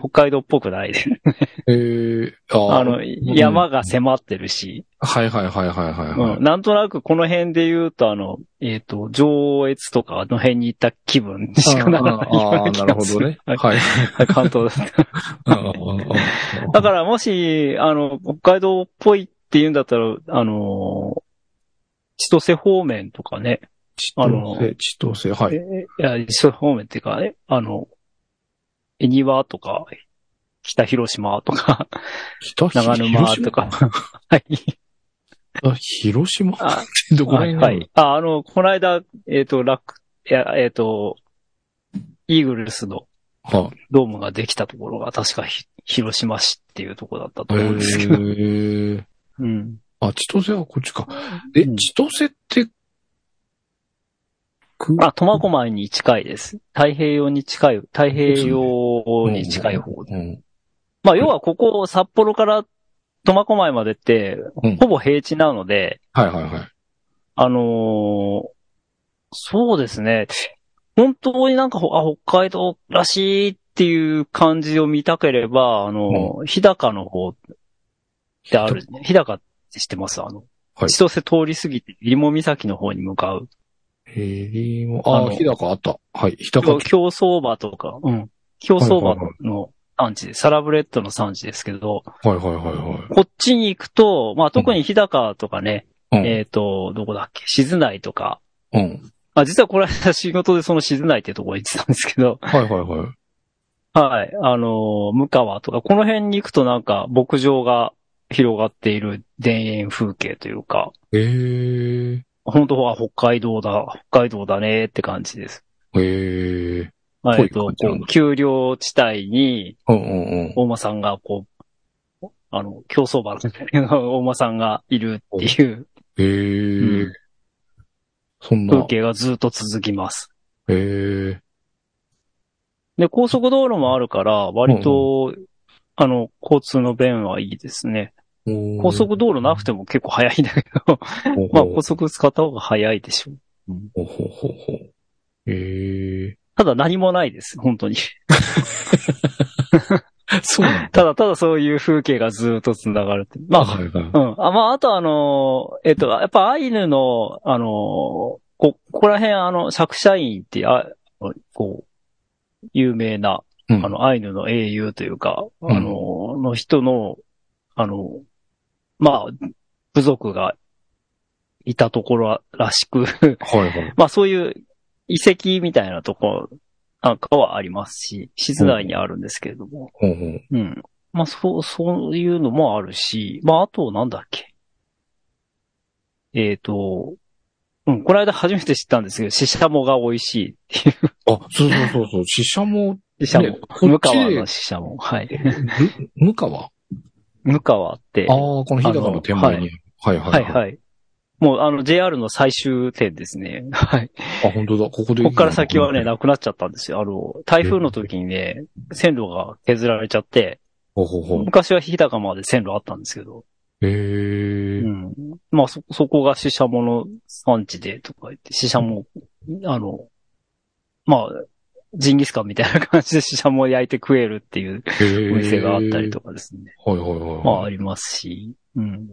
Speaker 2: 北海道っぽくないで。
Speaker 3: えー、あー
Speaker 2: あの、山が迫ってるし、
Speaker 3: はいはいはいはいはい、はい
Speaker 2: うんなんとなくこの辺で言うと、あの、えっ、と、上越とかあの辺に行った気分しかならないよう
Speaker 3: あーあ
Speaker 2: な
Speaker 3: ー、
Speaker 2: 気
Speaker 3: なる
Speaker 2: が
Speaker 3: ほ
Speaker 2: す
Speaker 3: ど
Speaker 2: る。
Speaker 3: ね。はい。
Speaker 2: はい関東です。
Speaker 3: あー
Speaker 2: だからもし、あの、北海道っぽいって言うんだったら、あの、千歳方面とかね、
Speaker 3: 千
Speaker 2: あの
Speaker 3: 歳、千歳、はい。
Speaker 2: えいや、千歳方面っていうかね、あの、恵庭とか、北広島と か、
Speaker 3: 北
Speaker 2: 長沼とか。。はい。
Speaker 3: 広島あ、広島
Speaker 2: あ
Speaker 3: って どこら辺なの、
Speaker 2: はい。あ、あの、この間、えっ、と、楽、いや、えっ、と、イーグルスの
Speaker 3: は
Speaker 2: ドームができたところが確かひ広島市っていうところだったと
Speaker 3: い。
Speaker 2: 思うんですけど。
Speaker 3: へー
Speaker 2: うん。
Speaker 3: あ、千歳はこっちか。え、
Speaker 2: うん
Speaker 3: 千歳って、く
Speaker 2: あ、苫小牧に近いです。太平洋に近い、太平洋に近い方。
Speaker 3: うん。
Speaker 2: まあ、要はここ、札幌から苫小牧までって
Speaker 3: うん、
Speaker 2: ほぼ平地なので、
Speaker 3: はいはいはい。
Speaker 2: あのーそうですね。本当になんかほ、あ、北海道らしいっていう感じを見たければ、あのー日高の方ってある、日高って知ってますあの、
Speaker 3: はい
Speaker 2: 千歳通り過ぎて、入間岬の方に向かう。
Speaker 3: へりも、
Speaker 2: あ
Speaker 3: あ、
Speaker 2: の
Speaker 3: 日高あった。はい、日高
Speaker 2: 要は競走馬とか、うん。競走馬の産地で、サラブレッドの産地ですけど、
Speaker 3: はいはいはいは
Speaker 2: こっちに行くと、まあ特に日高とかね、
Speaker 3: うん
Speaker 2: えっ、と、どこだっけ、静内とか、
Speaker 3: い。うん。
Speaker 2: あ、実はこの間仕事でその静内ってとこ行ってたんですけど、
Speaker 3: はいはいはい。
Speaker 2: はい。あのー、向川とか、この辺に行くとなんか牧場が広がっている田園風景というか、
Speaker 3: へえ。
Speaker 2: 本当は北海道だ、北海道だねって感じです。
Speaker 3: へえ。
Speaker 2: まあ
Speaker 3: ぽ
Speaker 2: えっ
Speaker 3: い
Speaker 2: と、
Speaker 3: 感
Speaker 2: こ
Speaker 3: じなんだ
Speaker 2: う、丘陵地帯に、
Speaker 3: うんうんうん。
Speaker 2: 大間さんが、こう、あの、競走馬の大間さんがいるっていう
Speaker 3: へ
Speaker 2: う
Speaker 3: え。そんな。
Speaker 2: 風景がずっと続きます。
Speaker 3: へえ。
Speaker 2: で、高速道路もあるから、割と、あの、交通の便はいいですね。高
Speaker 3: 高
Speaker 2: 速道路なくても結構早いんだけど、 まあ高速使った方が早いでしょう。
Speaker 3: ほうほうほうほ う。へえ。
Speaker 2: ただ何もないです、本 当に。
Speaker 3: そうなん
Speaker 2: ただただそういう風景がずっと繋がるって。ま
Speaker 3: だ。
Speaker 2: あ、
Speaker 3: はいはい。
Speaker 2: うん。あ、まあ、あとあのー、えっと、やっぱアイヌの、あのー、こ、ここら辺あの、作者院って、あ、こう、有名な、
Speaker 3: うん
Speaker 2: あの、アイヌの英雄というか、
Speaker 3: うん
Speaker 2: あのー、の人の、あの、まあ、部族がいたところらしく、
Speaker 3: はいはい。
Speaker 2: まあそういう遺跡みたいなところなんかはありますし、室内にあるんですけれども、
Speaker 3: ほうほう。
Speaker 2: うん。まあ、そう、そういうのもあるし、まあ、あと、なんだっけ。えっ、と、うん、この間初めて知ったんですけど、シシャモが美味しいっていう。
Speaker 3: あ、そうそうそうそう。死者 も、
Speaker 2: シシャ
Speaker 3: ねこっち
Speaker 2: モ。向川のシシャモ。はい。
Speaker 3: 向川あ
Speaker 2: 向川って。
Speaker 3: あー、この日高の天満に。はいは
Speaker 2: はいいはい。もう、あの、JR の最終点ですね。はい。
Speaker 3: あ、本当だ。ここで。
Speaker 2: こっから先はね、、なくなっちゃったんですよ。あの、台風の時にね、線路が削られちゃって、
Speaker 3: ほうほうほう。
Speaker 2: 昔は日高まで線路あったんですけど、
Speaker 3: へえ
Speaker 2: う。ん。まあ、そ、そこが死者もの産地でとか言って、死者も、あの、まあ、ジンギスカンみたいな感じで死 者も焼いて食えるっていうお
Speaker 3: お
Speaker 2: 店があったり
Speaker 3: か。
Speaker 2: とかですね。
Speaker 3: はいはいはい。
Speaker 2: まあ、ありますし。うん。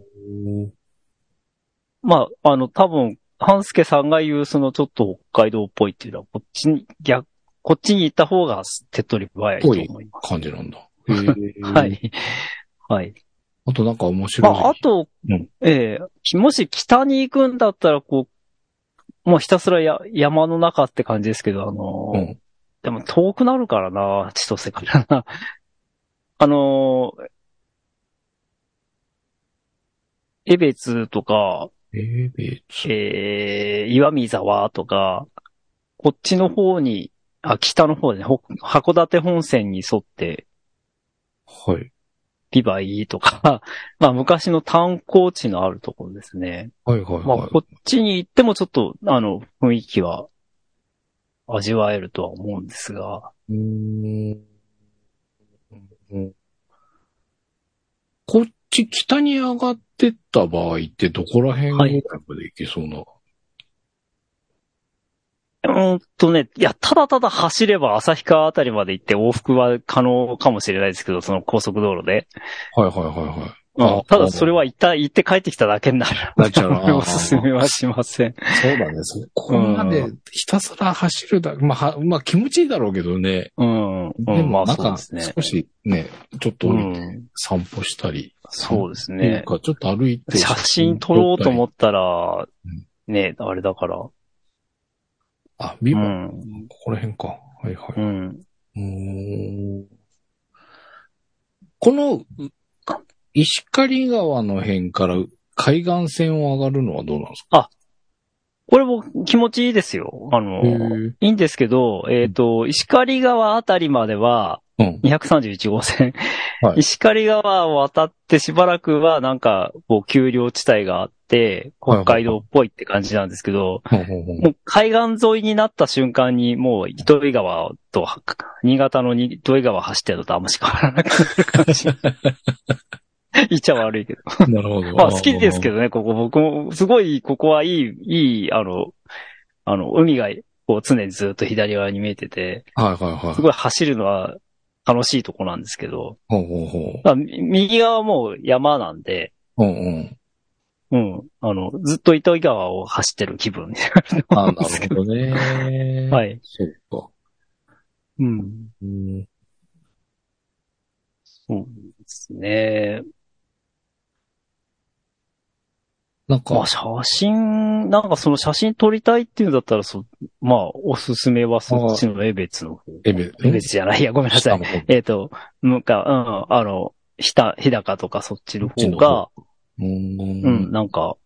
Speaker 2: まあ、あの、多分、半助さんが言う、そのちょっと北海道っぽいっていうのは、こっちに、逆、こっちに行った方が手っ取り早いと思いま
Speaker 3: 感じなんだ。
Speaker 2: す。 は。い。はい。
Speaker 3: あとなんか面
Speaker 2: ま
Speaker 3: 白い。
Speaker 2: あ、あと、
Speaker 3: うん
Speaker 2: ええもし北に行くんだったら、こう、もうひたすらや山の中って感じですけど、あのー
Speaker 3: うん
Speaker 2: でも遠くなるからな、千歳からな。 あのー、江別とか、
Speaker 3: えべつ。
Speaker 2: えー、岩見沢とか、こっちの方に、あ、北の方でね、ほ函館本線に沿って、
Speaker 3: はい。
Speaker 2: ビバイとか、 まあ昔の炭鉱地のあるところですね。
Speaker 3: はいはい
Speaker 2: まあ
Speaker 3: はい。
Speaker 2: こっちに行ってもちょっと、あの、雰囲気は味わえるとは思うんですが、
Speaker 3: うーんうんこっち北に上がってった場合ってどこら辺ぐらいまで行けそうな。
Speaker 2: うーんとね、いや、ただただ走れば旭川あたりまで行って往復は可能かもしれないですけど、その高速道路で。
Speaker 3: はいはいは いは
Speaker 2: う
Speaker 3: い。
Speaker 2: ん
Speaker 3: あ
Speaker 2: ただそれは行った、行って帰ってきただけになる。
Speaker 3: なっちゃうな
Speaker 2: おすすめはしません。
Speaker 3: そうだね。そこまでひたすら走るだ、まあ、はまあ気持ちいいだろうけどね。
Speaker 2: うん。
Speaker 3: で
Speaker 2: うん、ま
Speaker 3: も
Speaker 2: あ
Speaker 3: なん
Speaker 2: そう
Speaker 3: か
Speaker 2: ですね。
Speaker 3: 少しね、ちょっと
Speaker 2: うん。
Speaker 3: 散歩したり。
Speaker 2: そうです
Speaker 3: ってい
Speaker 2: ね
Speaker 3: う。か、ちょっと歩いて。
Speaker 2: 写真撮ろうと思
Speaker 3: って。
Speaker 2: ったら
Speaker 3: ん、
Speaker 2: ね、あれだから。
Speaker 3: あ、ビ
Speaker 2: う
Speaker 3: バ、
Speaker 2: ん。
Speaker 3: ここら辺か。はいは
Speaker 2: う
Speaker 3: い。
Speaker 2: ん。
Speaker 3: うーんこの、石狩川の辺から海岸線を上がるのはどうなんですか
Speaker 2: これも気持ちいいですよ。あの、
Speaker 3: へ
Speaker 2: いいんですけど、えっ、と、石狩川あたりまでは、
Speaker 3: うん。
Speaker 2: 231号線、
Speaker 3: はい
Speaker 2: 石狩川を渡ってしばらくは、なんか、こう、丘陵地帯があって、
Speaker 3: はい
Speaker 2: 北海道っぽいって感じなんですけど、
Speaker 3: ほうほうほう
Speaker 2: もう海岸沿いになった瞬間に、もう糸魚川とは、新潟のに糸魚川走ってるのとあんまし変わらなくなる感 じ。 言っちゃ悪いけど。
Speaker 3: なるほど。
Speaker 2: まあ好きですけどね、ここ僕も、すごい、ここはいい、いい、あの、あの、海が、こう常にずっと左側に見えてて、
Speaker 3: ど。はいはいはい
Speaker 2: す。ごい走るのは楽しいとこなんですけど、
Speaker 3: ほうほうほ
Speaker 2: まあ、み右側はもう山なんで、
Speaker 3: う。うんうん。
Speaker 2: うん、あの、ずっと糸魚川を走ってる気分になると思
Speaker 3: あ
Speaker 2: うんです
Speaker 3: な
Speaker 2: け
Speaker 3: る
Speaker 2: ど。
Speaker 3: ほど ね。。
Speaker 2: はいい。
Speaker 3: そうか。
Speaker 2: うん。
Speaker 3: うん
Speaker 2: そうですね。
Speaker 3: なん
Speaker 2: まあ
Speaker 3: か、
Speaker 2: 写真、なんかその写真撮りたいっていうんだったら、そまあおすすめはそっちの江別の方。
Speaker 3: エベ、
Speaker 2: 江別じゃない。いや、ごめんなさい
Speaker 3: 下。の方
Speaker 2: えっ、と、向か、うん、あの、ひた、日高とかそっちの
Speaker 3: そっち
Speaker 2: 方
Speaker 3: の
Speaker 2: が
Speaker 3: 方、うんう
Speaker 2: うんん、なんか、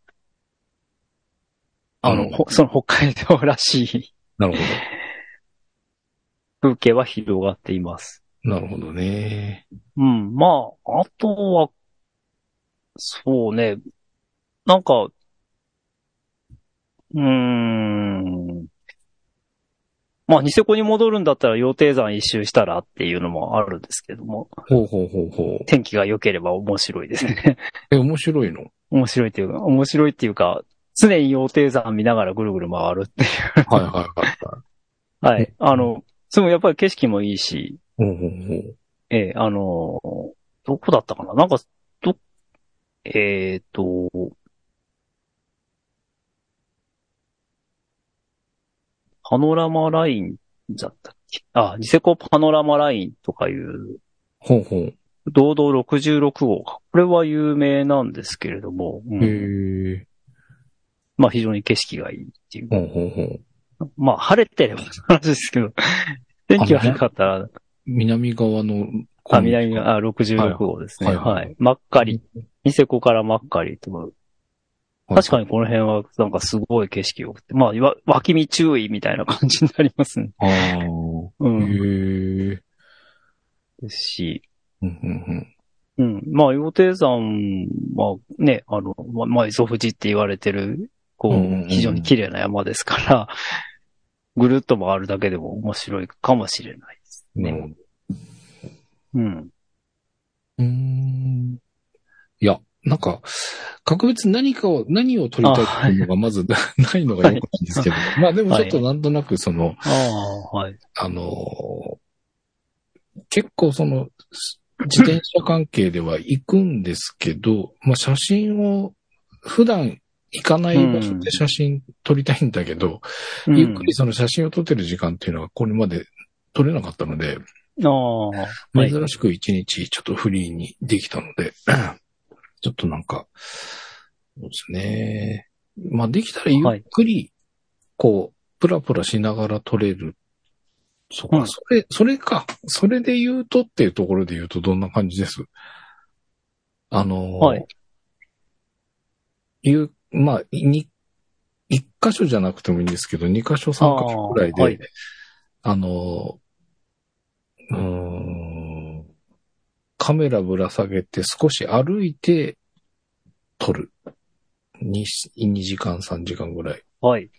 Speaker 2: あの、
Speaker 3: うん
Speaker 2: ほ その北海道らしい
Speaker 3: なるほ
Speaker 2: 風景は広がっています。
Speaker 3: ど。なるほどね。
Speaker 2: うん、まあ、あとは、そうね、なんか、うーん、まあ、ニセコに戻るんだったら、羊蹄山一周したらっていうのもあるんですけども、
Speaker 3: ほうほうほうほう。
Speaker 2: 天気が良ければ面白いですね。
Speaker 3: え、面白いの
Speaker 2: 面白いっていうか、面白いっていうか、常に羊蹄山見ながらぐるぐる回るってい
Speaker 3: はいはい はいは
Speaker 2: う。はい。あの、そのやっぱり景色もいいし、
Speaker 3: い。ほうほうほう。
Speaker 2: ええあの、どこだったかななんか、ど、えっ、と、パノラマラインだったっけあ、ニセコパノラマラインとかいう、
Speaker 3: ほうほう。
Speaker 2: 堂々66号か。これは有名なんですけれども、うん
Speaker 3: へえ。
Speaker 2: まあ非常に景色がいいっていう。
Speaker 3: ほうほうほう。
Speaker 2: まあ、晴れてればの話です けど、天気悪かったら、
Speaker 3: 南側の、
Speaker 2: あ、南が、あ、66号ですね。
Speaker 3: はいはい
Speaker 2: はい。真っ赤り、ニセコから真っ赤りとか、確かにこの辺はなんかすごい景色良くて、まあ、いわ脇見注意みたいな感じになりますね。
Speaker 3: ああ
Speaker 2: う
Speaker 3: ー。へ
Speaker 2: ん。
Speaker 3: え。
Speaker 2: ですし、
Speaker 3: うん
Speaker 2: う
Speaker 3: うん
Speaker 2: ん。まあ、羊蹄山はね、あの、ま、まあ、磯富士って言われてる、こ
Speaker 3: うんうんう
Speaker 2: う、
Speaker 3: ん
Speaker 2: 非常に綺麗な山ですから、ぐるっと回るだけでも面白いかもしれないです
Speaker 3: うん。なる
Speaker 2: ね。
Speaker 3: ほど
Speaker 2: うん。
Speaker 3: うーん。いや、なんか、格別何かを、何を取りたいっていうのがまず ないのがよくないんですけど。まあでもちょっとなんとなくその、
Speaker 2: ああ、はい。
Speaker 3: あのー結構その、す自転車関係では行くんですけど、 まあ写真を、普段行かない場所で写真撮りたいんだけど、ゆっくりその写真を撮ってる時間っていうのはこれまで撮れなかったので、
Speaker 2: ああ、はい。
Speaker 3: 珍しく一日ちょっとフリーにできたので、 ちょっとなんか、そうですね。まあできたらゆっくり、こう、プラプラしながら撮れる。そこ
Speaker 4: うん
Speaker 3: それ、それか。それで言うとっていうところで言うとどんな感じですあのー
Speaker 2: はい。
Speaker 3: いう、まあ、いに、一箇所じゃなくてもいいんですけど、二箇所三箇所くらいで、
Speaker 2: あ
Speaker 3: あ,、
Speaker 2: ーはい
Speaker 3: の、うーん、カメラぶら下げて少し歩いて撮る。に2時間3時間ぐらい
Speaker 2: はい。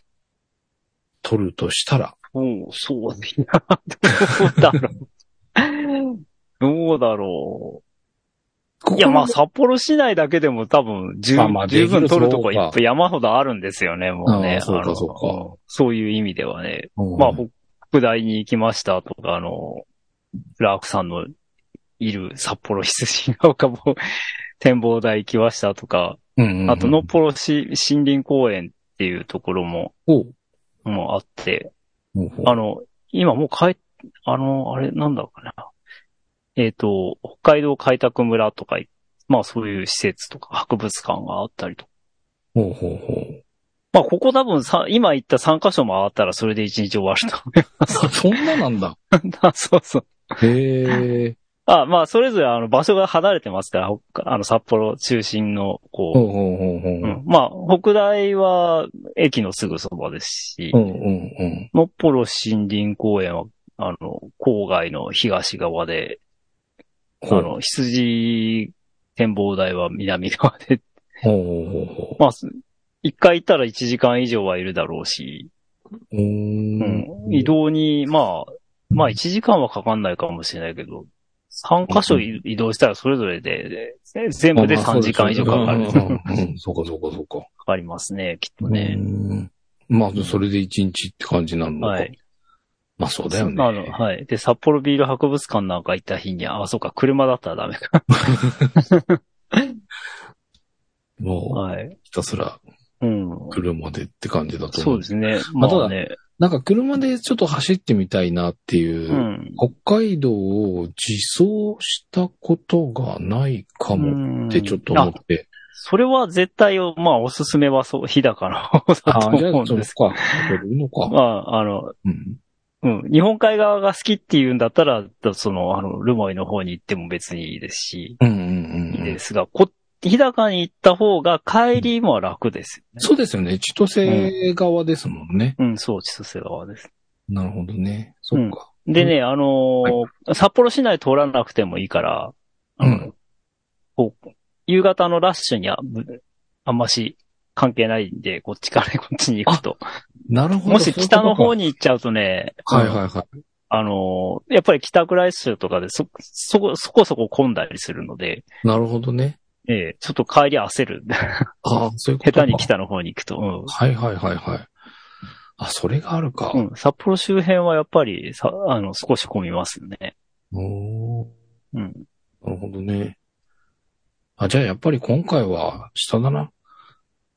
Speaker 3: 撮るとしたら、
Speaker 2: うん、そうだな。どうだろう。どうだろう。いや、まあ、札幌市内だけでも多分、十
Speaker 3: まあ
Speaker 2: 分、
Speaker 3: まあ
Speaker 2: 十分
Speaker 3: できる
Speaker 2: 取るとこい
Speaker 3: そう
Speaker 2: っ
Speaker 3: か
Speaker 2: ぱい山ほどあるんですよね、もう
Speaker 3: あ
Speaker 2: ね。
Speaker 3: あそうか
Speaker 2: の
Speaker 3: そうか
Speaker 2: そういう意味ではね。
Speaker 3: うん
Speaker 2: まあ、北大に行きましたとか、あの、クラークさんのいる札幌羊ヶ丘も展望台行きましたとか、
Speaker 3: うんうんうん
Speaker 2: あと、のっぽろし森林公園っていうところも、
Speaker 3: おう
Speaker 2: もうあって、
Speaker 3: ほうほう
Speaker 2: あの、今もう帰っ、あの、あれ、なんだろうな。えっ、と、北海道開拓村とか、まあそういう施設とか博物館があったりとか。
Speaker 3: ほうほうほ う
Speaker 2: まあここ多分さ、今行った3カ所回ったらそれで1日終わると思いま
Speaker 3: あそんななんだ。
Speaker 2: す。 あそうそう。
Speaker 3: へえ。
Speaker 2: あ、まあそれぞれあの場所が離れてますから、ほあの札幌中心の、こう、
Speaker 3: ほうほうほうほう。
Speaker 2: うんまあ北大は駅のすぐそばですし
Speaker 3: う、んうんうん。
Speaker 2: のっぽろ森林公園は、あの、郊外の東側で、あ
Speaker 3: ほう
Speaker 2: の、羊展望台は南側で、
Speaker 3: ほうほうほうほ
Speaker 2: まあ、す一回行ったら1時間以上はいるだろうし、
Speaker 3: う。
Speaker 2: う
Speaker 3: うー
Speaker 2: んん、移動に、まあ、まあ1時間はかかんないかもしれないけど、3箇所い移動したらそれぞれで、で全部で
Speaker 3: まあまあ
Speaker 2: 3時間以上かかる。
Speaker 3: そうです
Speaker 2: か
Speaker 3: よねうんうんうんそうかそうかそうか。
Speaker 2: かりますね、きっと ね。
Speaker 3: うんまあ、それで一日って感じなのか。
Speaker 2: はい。
Speaker 3: まあ、そうだよね。
Speaker 2: あの、はい。で、札幌ビール博物館なんか行った日に、あ、そうか、車だったらダメか。
Speaker 3: もう、
Speaker 2: はい。
Speaker 3: ひたすら
Speaker 2: うん。
Speaker 3: 車でって感じだと思
Speaker 2: そう
Speaker 3: う。
Speaker 2: ですね。ま
Speaker 3: まあただ
Speaker 2: あね。
Speaker 3: なんか車でちょっと走ってみたいなっていうう、
Speaker 2: ん。
Speaker 3: 北海道を自走したことがないかもってちょっと
Speaker 2: うんあ
Speaker 3: 思って。
Speaker 2: それは絶対を、まあ、おすすめはそう、日高の方だと
Speaker 3: ああ、じゃあ、
Speaker 2: 思うん
Speaker 3: そう
Speaker 2: で
Speaker 3: か。
Speaker 2: す。
Speaker 3: それでいいのか。
Speaker 2: まあ、あの、
Speaker 3: うん
Speaker 2: うん、日本海側が好きっていうんだったら、その、あの、ルモイの方に行っても別にいいですし、
Speaker 3: うんうん
Speaker 2: いい
Speaker 3: うんうん
Speaker 2: で。すが、こ、日高に行った方が帰りも楽ですよね。
Speaker 3: そうですよね。千歳側ですもんね。
Speaker 2: うん、そう、千歳側です。
Speaker 3: なるほどね。そっか。
Speaker 2: でね、あのー札幌市内通らなくてもいいから、あの
Speaker 3: うん
Speaker 2: こう夕方のラッシュにあぶあんまし関係ないんで、こっちからこっちに行くと。
Speaker 3: なるほど。
Speaker 2: もし北の方
Speaker 3: に。
Speaker 2: に行っちゃうとね、
Speaker 3: はいはいはい。
Speaker 2: あのーやっぱり北クライス州とかでそ、そこ、そこそこ混んだりするので、
Speaker 3: なるほどね。
Speaker 2: ええちょっと帰り焦る。
Speaker 3: ああ、そういうこと
Speaker 2: 下
Speaker 3: か
Speaker 2: 手に北の方に行くと。
Speaker 3: はいはいはいはい。あ、それがあるか
Speaker 2: う。ん。うん、札幌周辺はやっぱり、さ、あの、少し混みますね。
Speaker 3: おー
Speaker 2: うん。
Speaker 3: なるほどね。あ、じゃあやっぱり今回は下だな。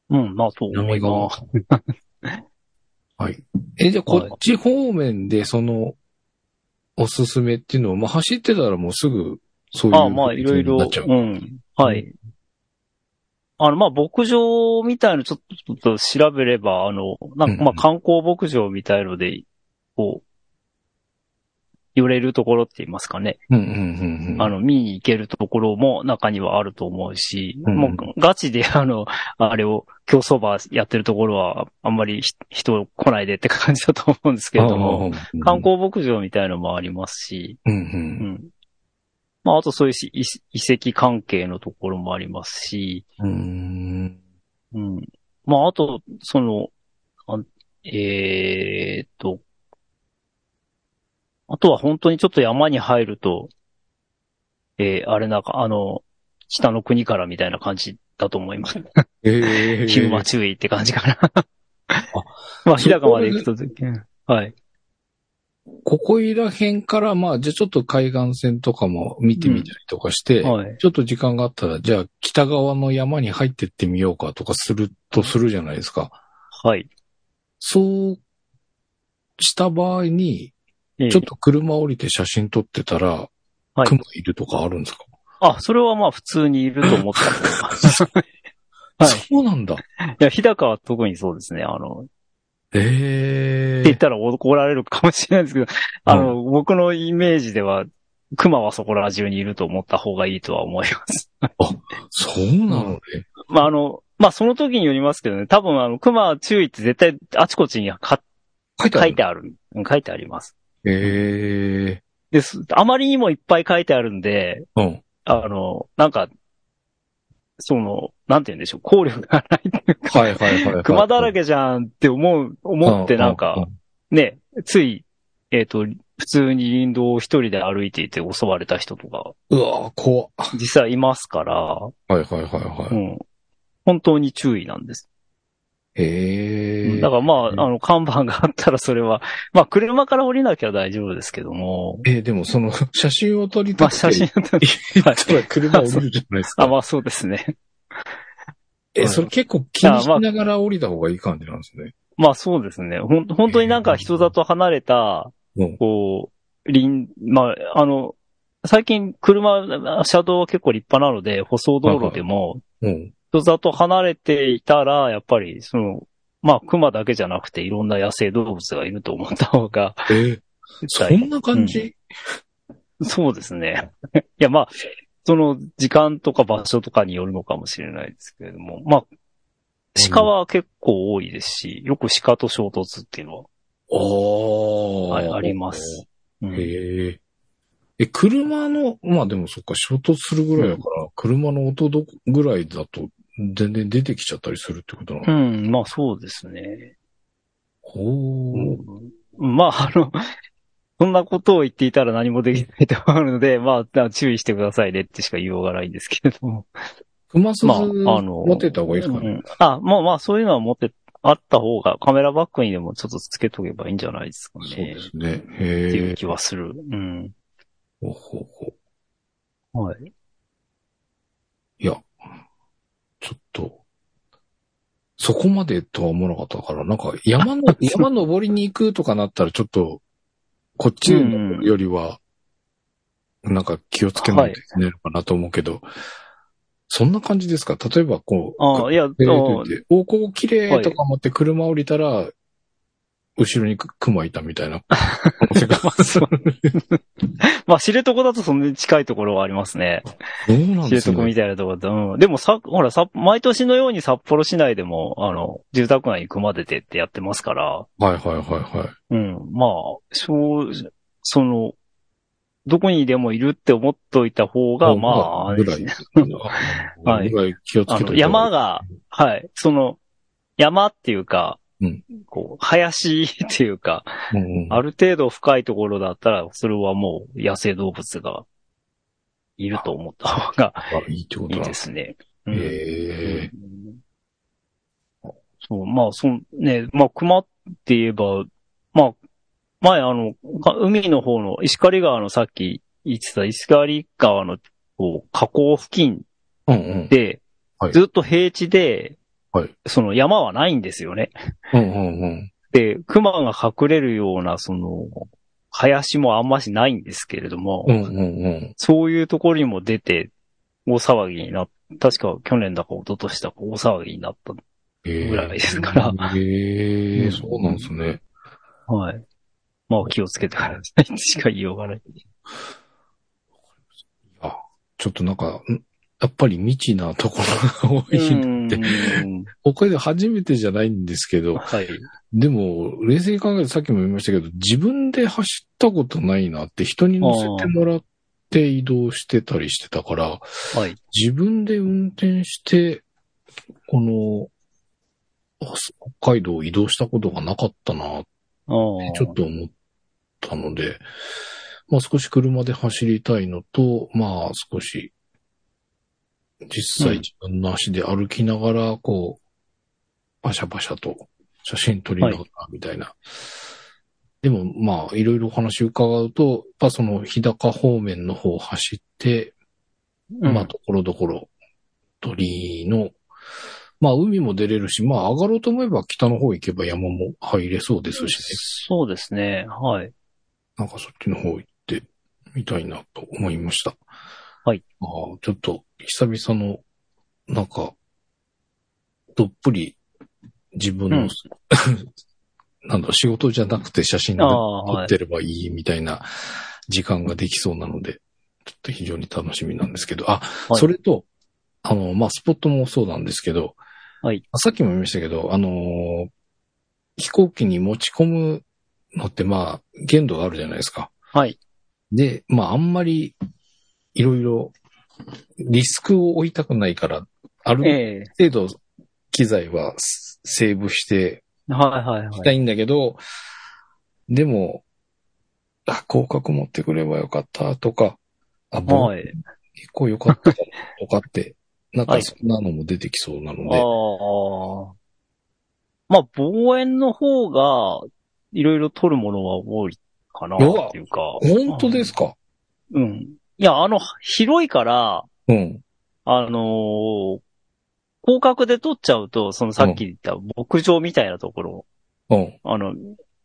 Speaker 2: うん、まあ、そう思い
Speaker 3: 南側
Speaker 2: ま。す。
Speaker 3: はい。え、じゃあこっち方面でその、おすすめっていうのを、まあ走ってたらもうすぐ、そういう。
Speaker 2: ああ、まあ、いろいろ、
Speaker 3: なっちゃう
Speaker 2: うん。はい。あの、まあ、牧場みたいのちょっとちょっと調べれば、あの、なん
Speaker 3: うんう
Speaker 2: か、
Speaker 3: ん
Speaker 2: まあ、観光牧場みたいので、こう、寄れるところって言いますかね。
Speaker 3: うんうんうんうん。
Speaker 2: あの、見に行けるところも中にはあると思うし、
Speaker 3: うん
Speaker 2: もうガチであ の、あれを競走馬やってるところはあんまりひ人来ないでって感じだと思うんですけれども、
Speaker 3: うん、
Speaker 2: 観光牧場みたいのもありますし、
Speaker 3: うんう。
Speaker 2: うんん。まあ、あとそういうし遺遺跡関係のところもありますし、
Speaker 3: うん。
Speaker 2: うん。まあ、あと、その、あえーっと、あとは本当にちょっと山に入ると、えーあれなんか、あの、北の国からみたいな感じだと思います。
Speaker 3: ええー。
Speaker 2: ヒューマ注意って感じかな。 まあ、日高まで行くと、うんはい。
Speaker 3: ここいら辺から、まあ、じゃあちょっと海岸線とかも見てみたりとかして、
Speaker 2: はい。
Speaker 3: ちょっと時間があったら、じゃあ北側の山に入ってってみようかとかするとするじゃないですか。
Speaker 2: はい。
Speaker 3: そうした場合に、
Speaker 2: えー
Speaker 3: ちょっと車降りて写真撮ってたら、
Speaker 2: はい
Speaker 3: 熊いるとかあるんですか、
Speaker 2: あ、それはまあ普通にいると思ったん ですけどはい
Speaker 3: そうなんだ。
Speaker 2: いや、日高は特にそうですね。あの、
Speaker 3: え
Speaker 2: って言ったら怒られるかもしれないですけど、あの、僕のイメージでは、熊はそこら中にいると思った方がいいとは思います。
Speaker 3: そうなのね。
Speaker 2: まあ、あの、まあ、その時によりますけどね、多分あの、熊注意って絶対あちこちにか
Speaker 3: 書いてあ
Speaker 2: 書
Speaker 3: る。
Speaker 2: いてある。うん書いてあります。
Speaker 3: え
Speaker 2: です。あまりにもいっぱい書いてあるんで、
Speaker 3: えうん。
Speaker 2: あの、なんか、その、なんて言うんでしょう、効力がないっていうか
Speaker 3: はいはいはいはい。
Speaker 2: 熊だらけじゃんって思う、思ってなん
Speaker 3: う
Speaker 2: か、ね、つい、えっ、と、普通に林道を一人で歩いていて襲われた人とか、
Speaker 3: うん。うわぁ、怖っ
Speaker 2: 実際いますから、
Speaker 3: はいはいはいは
Speaker 2: う
Speaker 3: い。
Speaker 2: ん。本当に注意なんです。
Speaker 3: ええ
Speaker 2: だからまあ、
Speaker 3: うん
Speaker 2: あの、看板があったらそれは、 まあ、車から降りなきゃ大丈夫ですけども、
Speaker 3: えーでもその、写真を撮り
Speaker 2: ま
Speaker 3: た
Speaker 2: あ、
Speaker 3: くて
Speaker 2: 写真だったら、
Speaker 3: 行ったら車降りるじゃないです
Speaker 2: あ、
Speaker 3: か。
Speaker 2: まあそうですね。
Speaker 3: え、それ結構気にしながら降りた方がいい感じなんですね。
Speaker 2: まあそうですね。ほん本当になんか人里離れた、
Speaker 3: うん
Speaker 2: こう、林、まあ、あの、最近車、車道は結構立派なので、舗装道路でも、
Speaker 3: うん。
Speaker 2: 人里離れていたら、やっぱり、その、まあ、熊だけじゃなくて、いろんな野生動物がいると思った方が、
Speaker 3: えーそんな感じ
Speaker 2: そうですね。いや、まあ、その時間とか場所とかによるのかもしれないですけれども、まあ、鹿は結構多いですし、よく鹿と衝突っていうの
Speaker 3: あ
Speaker 2: は
Speaker 3: ー
Speaker 2: ああります。。うん
Speaker 3: へえ。え、車の、まあでもそっか、衝突するぐらいだから、車の音どぐらいだと、全然出てきちゃったりするってことなの、
Speaker 2: うん、まあそうですね。
Speaker 3: ほー。
Speaker 2: うんまあ、あの、 そんなことを言っていたら何もできないと思うので、まあ、注意してくださいねってしか言いようがないんですけれども。
Speaker 3: 熊鈴、
Speaker 2: まあ、あの、
Speaker 3: 持ってった方がいいですか
Speaker 2: う
Speaker 3: ね
Speaker 2: ん。あ、まあまあ、そういうのは持って、あった方が、カメラバッグにでもちょっとつけとけばいいんじゃないですかね。
Speaker 3: そうですね。
Speaker 2: ってい
Speaker 3: へ
Speaker 2: う
Speaker 3: え。
Speaker 2: 気はする。うん。
Speaker 3: ほうほうほう
Speaker 2: はい。
Speaker 3: いや、ちょっと、そこまでとは思わなかったから、なんか 山の、山登りに行くとかなったらちょっと、こっちよりは、なんか気をつけないといけないのかなと思うけど、そんな感じですか例えばこう、
Speaker 2: ああ、いや、あ
Speaker 3: えー
Speaker 2: の
Speaker 3: と言ってお、ここ綺麗とか思って車降りたら、後ろにく熊いたみた いな。
Speaker 2: そうまあ、知床だとそんなに近いところはありますね。
Speaker 3: どうなん
Speaker 2: 知
Speaker 3: です
Speaker 2: 床
Speaker 3: か、
Speaker 2: みたいなところで。うん。でもさ、ほら、さ、毎年のように札幌市内でも、あの、住宅街に熊出てってやってますから、
Speaker 3: はいはいはいはい。
Speaker 2: うん。まあ、そう、その、どこにでもいるって思っといた方が、まあ、
Speaker 3: ぐらい。
Speaker 2: はい
Speaker 3: ぐらい気をつけ
Speaker 2: あ
Speaker 3: て
Speaker 2: の、山が、はい、その、山っていうか、
Speaker 3: うん
Speaker 2: こう、林っていうか、
Speaker 3: うん
Speaker 2: ある程度深いところだったら、それはもう野生動物がいると思った方が
Speaker 3: あいいってこと
Speaker 2: いい
Speaker 3: なん
Speaker 2: で
Speaker 3: です
Speaker 2: すね。 うん
Speaker 3: ええ
Speaker 2: そう、まあ、そん、ね、まあ、熊って言えば、まあ、前あの、か海の方の、石狩川のさっき言ってた石狩川の、こう、河口付近
Speaker 3: うんうん。
Speaker 2: で、
Speaker 3: はい
Speaker 2: ずっと平地で、
Speaker 3: はい
Speaker 2: その山はないんですよね。
Speaker 3: うんうんうん。
Speaker 2: で、熊が隠れるような、その、林もあんましないんですけれども、
Speaker 3: うんうんうん。
Speaker 2: そういうところにも出て、大騒ぎになっ確か去年だか一昨年だか大騒ぎになった。
Speaker 3: ええ
Speaker 2: ぐらいですから
Speaker 3: え
Speaker 2: う
Speaker 3: え、
Speaker 2: ん
Speaker 3: そうなんですね。
Speaker 2: はい。まあ気をつけてください。しか言いようがない。
Speaker 3: あ、ちょっとなんか、んやっぱり未知なところが多いな。
Speaker 2: うん
Speaker 3: 北海道初めてじゃないんですけど、
Speaker 2: はい。
Speaker 3: でも、冷静に考えてさっきも言いましたけど、自分で走ったことないなって人に乗せてもらって移動してたりしてたから、
Speaker 2: はい。
Speaker 3: 自分で運転して、この、あ北海道を移動したことがなかったなって
Speaker 2: ああ
Speaker 3: ちょっと思ったので、まあ少し車で走りたいのと、まあ少し、実際自分の足で歩きながら、こう、パシャパシャと写真撮りながらみたいな。でもまあいろいろお話伺うと、やっぱその日高方面の方を走って、
Speaker 2: うん
Speaker 3: まあ、ところどころ、鳥居の、まあ、海も出れるし、まあ、上がろうと思えば北の方行けば山も入れそうですしね。
Speaker 2: そうですね。はい。
Speaker 3: なんかそっちの方行ってみたいなと思いました。
Speaker 2: はい。
Speaker 3: ああ、ちょっと、久々の、なんか、どっぷり自分の、
Speaker 2: うん
Speaker 3: なんだろう、仕事じゃなくて写真で
Speaker 2: あー
Speaker 3: 撮
Speaker 2: はい
Speaker 3: ってればいいみたいな時間ができそうなので、ちょっと非常に楽しみなんですけど、あ、
Speaker 2: はい
Speaker 3: それと、あの、まあ、スポットもそうなんですけど、
Speaker 2: はい
Speaker 3: さっきも言いましたけど、あのー飛行機に持ち込むのって、まあ、限度があるじゃないですか。
Speaker 2: はい。
Speaker 3: で、まあ、あんまり、いろいろ、リスクを負いたくないから、ある
Speaker 2: ええ
Speaker 3: 程度、機材はセーブして
Speaker 2: はいはい
Speaker 3: し
Speaker 2: は
Speaker 3: た
Speaker 2: い。
Speaker 3: いんだけど、でも、あ、広角持ってくればよかったとか、あ、もう
Speaker 2: はい。
Speaker 3: 結構よかったかもと かって、なん
Speaker 2: は
Speaker 3: か
Speaker 2: い
Speaker 3: そんなのも出てきそうなの
Speaker 2: あ
Speaker 3: で、
Speaker 2: あ。まあ、望遠の方が、いろいろ撮るものは多いかな、
Speaker 3: うわ
Speaker 2: っていうか。
Speaker 3: 本当ですか
Speaker 2: うん。いや、あの、広いから、
Speaker 3: うん。
Speaker 2: あのー広角で撮っちゃうと、そのさっき言った牧場みたいなところ、
Speaker 3: うん。
Speaker 2: あの、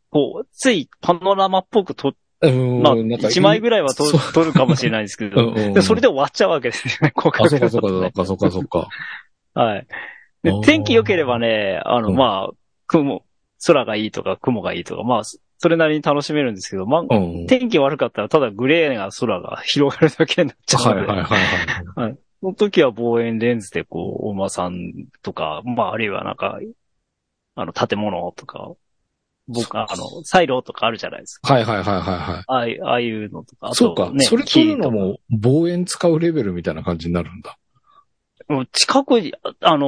Speaker 2: こう、ついパノラマっぽく撮っ、
Speaker 3: うん
Speaker 2: まあ、
Speaker 3: なんか
Speaker 2: 1枚ぐらいは撮
Speaker 3: そう
Speaker 2: 撮るかもしれないですけ
Speaker 3: う
Speaker 2: ど、
Speaker 3: んうんう
Speaker 2: で
Speaker 3: ん
Speaker 2: それで終わっちゃうわけですよね、広
Speaker 3: あ、
Speaker 2: 角で
Speaker 3: そうか
Speaker 2: 撮
Speaker 3: そう
Speaker 2: ると
Speaker 3: かそ
Speaker 2: ね
Speaker 3: うかそうかそうか。
Speaker 2: はい。で
Speaker 3: あー
Speaker 2: 天気良ければね、あの、
Speaker 3: うん
Speaker 2: まあ、雲、空がいいとか雲がいいとか、まあ、そそれなりに楽しめるんですけど、まあ、
Speaker 3: うん。
Speaker 2: 天気悪かったらただグレーな空が広がるだけになっちゃ
Speaker 3: は
Speaker 2: う
Speaker 3: い
Speaker 2: の
Speaker 3: は
Speaker 2: で
Speaker 3: いはいはい。
Speaker 2: その時は望遠レンズでこう、大間さんとか、まあ、あるいはなんか、あの、建物とか、僕、あの、サイロとかあるじゃないですか。
Speaker 3: はいはいはいはいは
Speaker 2: ああいう、ああいうのとか。あ
Speaker 3: い。
Speaker 2: と
Speaker 3: そうか。
Speaker 2: ね
Speaker 3: それ撮るの
Speaker 2: 木
Speaker 3: も望遠使うレベルみたいな感じになるんだ。
Speaker 2: とかもう近くに、ああの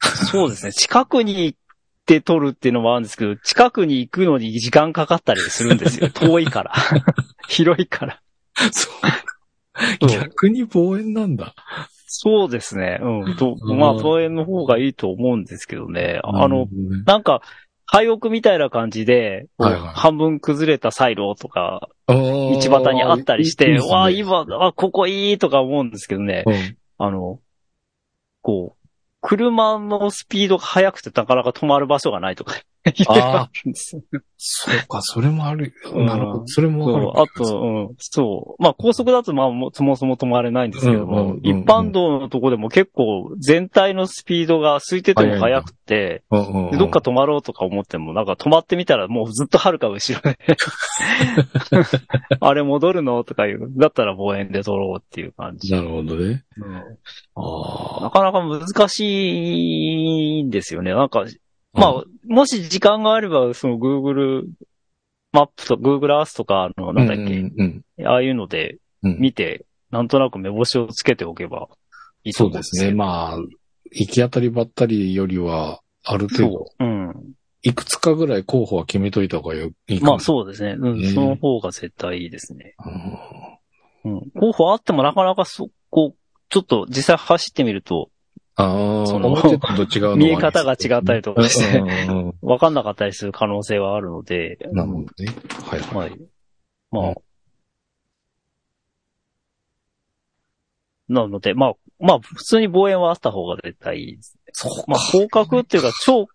Speaker 2: ーそうで すね、近くに行って撮るっていうのもあるんですけど、近くに行くのに時間かかったりするん ですよ。遠いから。 広いから。
Speaker 3: そう。逆に望遠なんだ。
Speaker 2: そうですね。うん。と、まあ、望遠の方がいいと思うんですけどね。あ
Speaker 3: なる
Speaker 2: の
Speaker 3: ほ、どね、
Speaker 2: なんか、廃屋みたいな感じで、
Speaker 3: はいはい
Speaker 2: 半分崩れたサイロとか、
Speaker 3: あ
Speaker 2: 道
Speaker 3: ー
Speaker 2: 端にあったりし
Speaker 3: いい
Speaker 2: て、
Speaker 3: ですね
Speaker 2: わあ、今、あ、ここいいとか思うんですけどね、
Speaker 3: うん
Speaker 2: あの、こう、車のスピードが速くてなかなか止まる場所がないとか 言ってるわけですよ。
Speaker 3: そうか、それもある。
Speaker 2: うん
Speaker 3: なるほど。それもわか
Speaker 2: そ
Speaker 3: る
Speaker 2: うあと、うん、そう。まあ、高速だと、まあ、もそもそも止まれないんですけど
Speaker 3: うんうん
Speaker 2: も
Speaker 3: うん、
Speaker 2: 一般道のとこでも結構全体のスピードが空いてても速くて、
Speaker 3: うんうんう
Speaker 2: で
Speaker 3: ん
Speaker 2: どっか止まろうとか思っても、なんか止まってみたらもうずっと遥か後ろで あれ戻るのとかいう。だったら望遠で撮ろうっていう感じ。
Speaker 3: なるほどね。
Speaker 2: うん
Speaker 3: あ
Speaker 2: な
Speaker 3: あ。
Speaker 2: かなか難しいんですよね。なんか、まあ、もし時間があれば、その Google マップと Google Earth とかあの、
Speaker 3: う、
Speaker 2: なんんだっけ、
Speaker 3: うんうん
Speaker 2: ああいうので
Speaker 3: うん
Speaker 2: 見て、なんとなく目星をつけておけばいいと
Speaker 3: そう
Speaker 2: 思うん
Speaker 3: で
Speaker 2: ですす
Speaker 3: ね。
Speaker 2: けど。
Speaker 3: まあ、行き当たりばったりよりは、ある程度、
Speaker 2: そう。うん。
Speaker 3: いくつかぐらい候補は決めといた方がよいいかも
Speaker 2: まあそうですね。うん。
Speaker 3: うん
Speaker 2: その方が絶対いいですね。
Speaker 3: うん
Speaker 2: うん。候補あってもなかなかそ、こう、ちょっと実際走ってみると、
Speaker 3: ああ、
Speaker 2: その
Speaker 3: 思ってたのと違うのは
Speaker 2: 見え方が違ったりとかして
Speaker 3: うんうんうん
Speaker 2: わかんなかったりする可能性はあるので。
Speaker 3: なるほどね。はいはい。
Speaker 2: はい。ま
Speaker 3: う
Speaker 2: あ
Speaker 3: ん。
Speaker 2: なので、まあ、まあ、普通に望遠はあった方が絶対いいですね。
Speaker 3: そうか
Speaker 2: まあ、広角っていうか、超、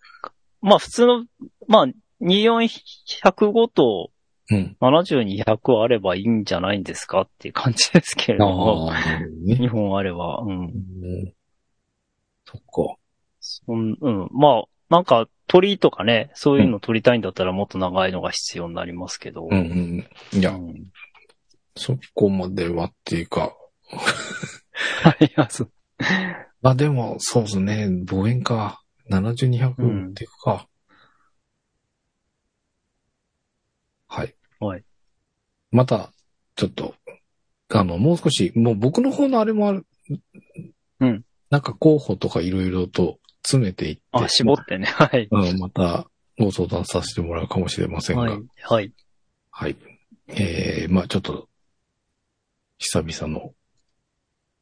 Speaker 2: まあ、普通の、まあ、24105と
Speaker 3: うん。
Speaker 2: 70200あればいいんじゃないんですかっていう感じですけれども、
Speaker 3: ああ、なるほど
Speaker 2: 2
Speaker 3: ね。
Speaker 2: 本あれば、うん
Speaker 3: う。んそっ
Speaker 2: うん、うん。まあ、なんか鳥とかね、そういうの撮りたいんだったらもっと長いのが必要になりますけど。
Speaker 3: か。うんうん。いうや、
Speaker 2: ん。
Speaker 3: そこまではっていうか、
Speaker 2: はい、あそう
Speaker 3: まあでも、そうですね。望遠か。7200
Speaker 2: うん
Speaker 3: っていくか。はい。
Speaker 2: はい。
Speaker 3: また、ちょっと、あの、もう少し、もう僕の方のあれもある。
Speaker 2: うん。
Speaker 3: なんか候補とかいろいろと詰めていって。
Speaker 2: あ、絞ってね。はい。
Speaker 3: うん、またご相談させてもらうかもしれませんが。
Speaker 2: は
Speaker 3: はい
Speaker 2: い。。はい。
Speaker 3: えー、まあちょっと、久々の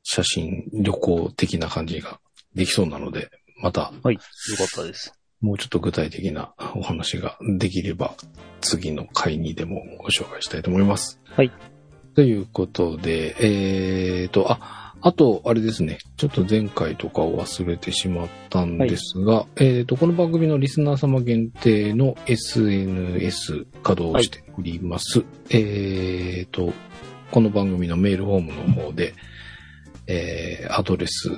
Speaker 3: 写真、旅行的な感じができそうなので、また、
Speaker 2: はい。よかったです。
Speaker 3: もうちょっと具体的なお話ができれば、次の回にでもご紹介したいと思います。
Speaker 2: はい。
Speaker 3: ということで、えーと、あ、あと、あれですね。ちょっと前回とかを忘れてしまったんですが、えーと、この番組のリスナー様限定の SNS 稼働しております。えーと、この番組のメールフォームの方で、えー、アドレス、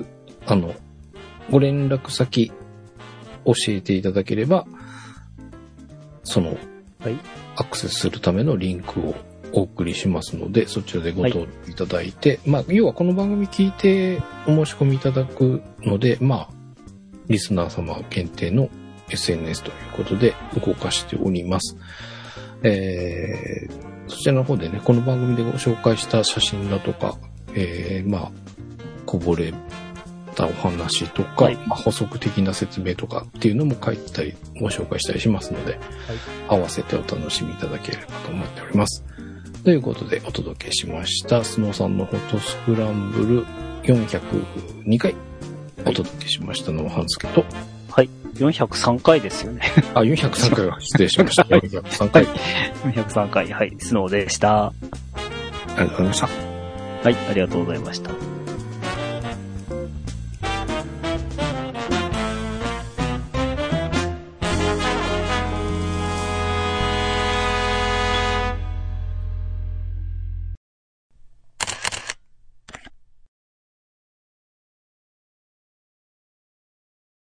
Speaker 3: あの、ご連絡先教えていただければ、その、
Speaker 2: はい
Speaker 3: アクセスするためのリンクをお送りしますので、そちらでご登録いただいて、まあ、要はこの番組聞いてお申し込みいただくので、まあ、リスナー様限定の SNS ということで動かしております。えー、そちらの方でね、この番組でご紹介した写真だとか、えー、まあ、こぼれたお話とか、
Speaker 2: はい
Speaker 3: まあ補足的な説明とかっていうのも書いてたり、ご紹介したりしますので、合わせてお楽しみいただければと思っております。ということでお届けしました、スノーさんのフォトスクランブル402回お届けしましたのは半助と、
Speaker 2: 403回ですよね。
Speaker 3: あ、403回は失礼しました。403回、
Speaker 2: 403回。はい。スノーでした。
Speaker 3: ありがとうございました。
Speaker 2: はい。ありがとうございました。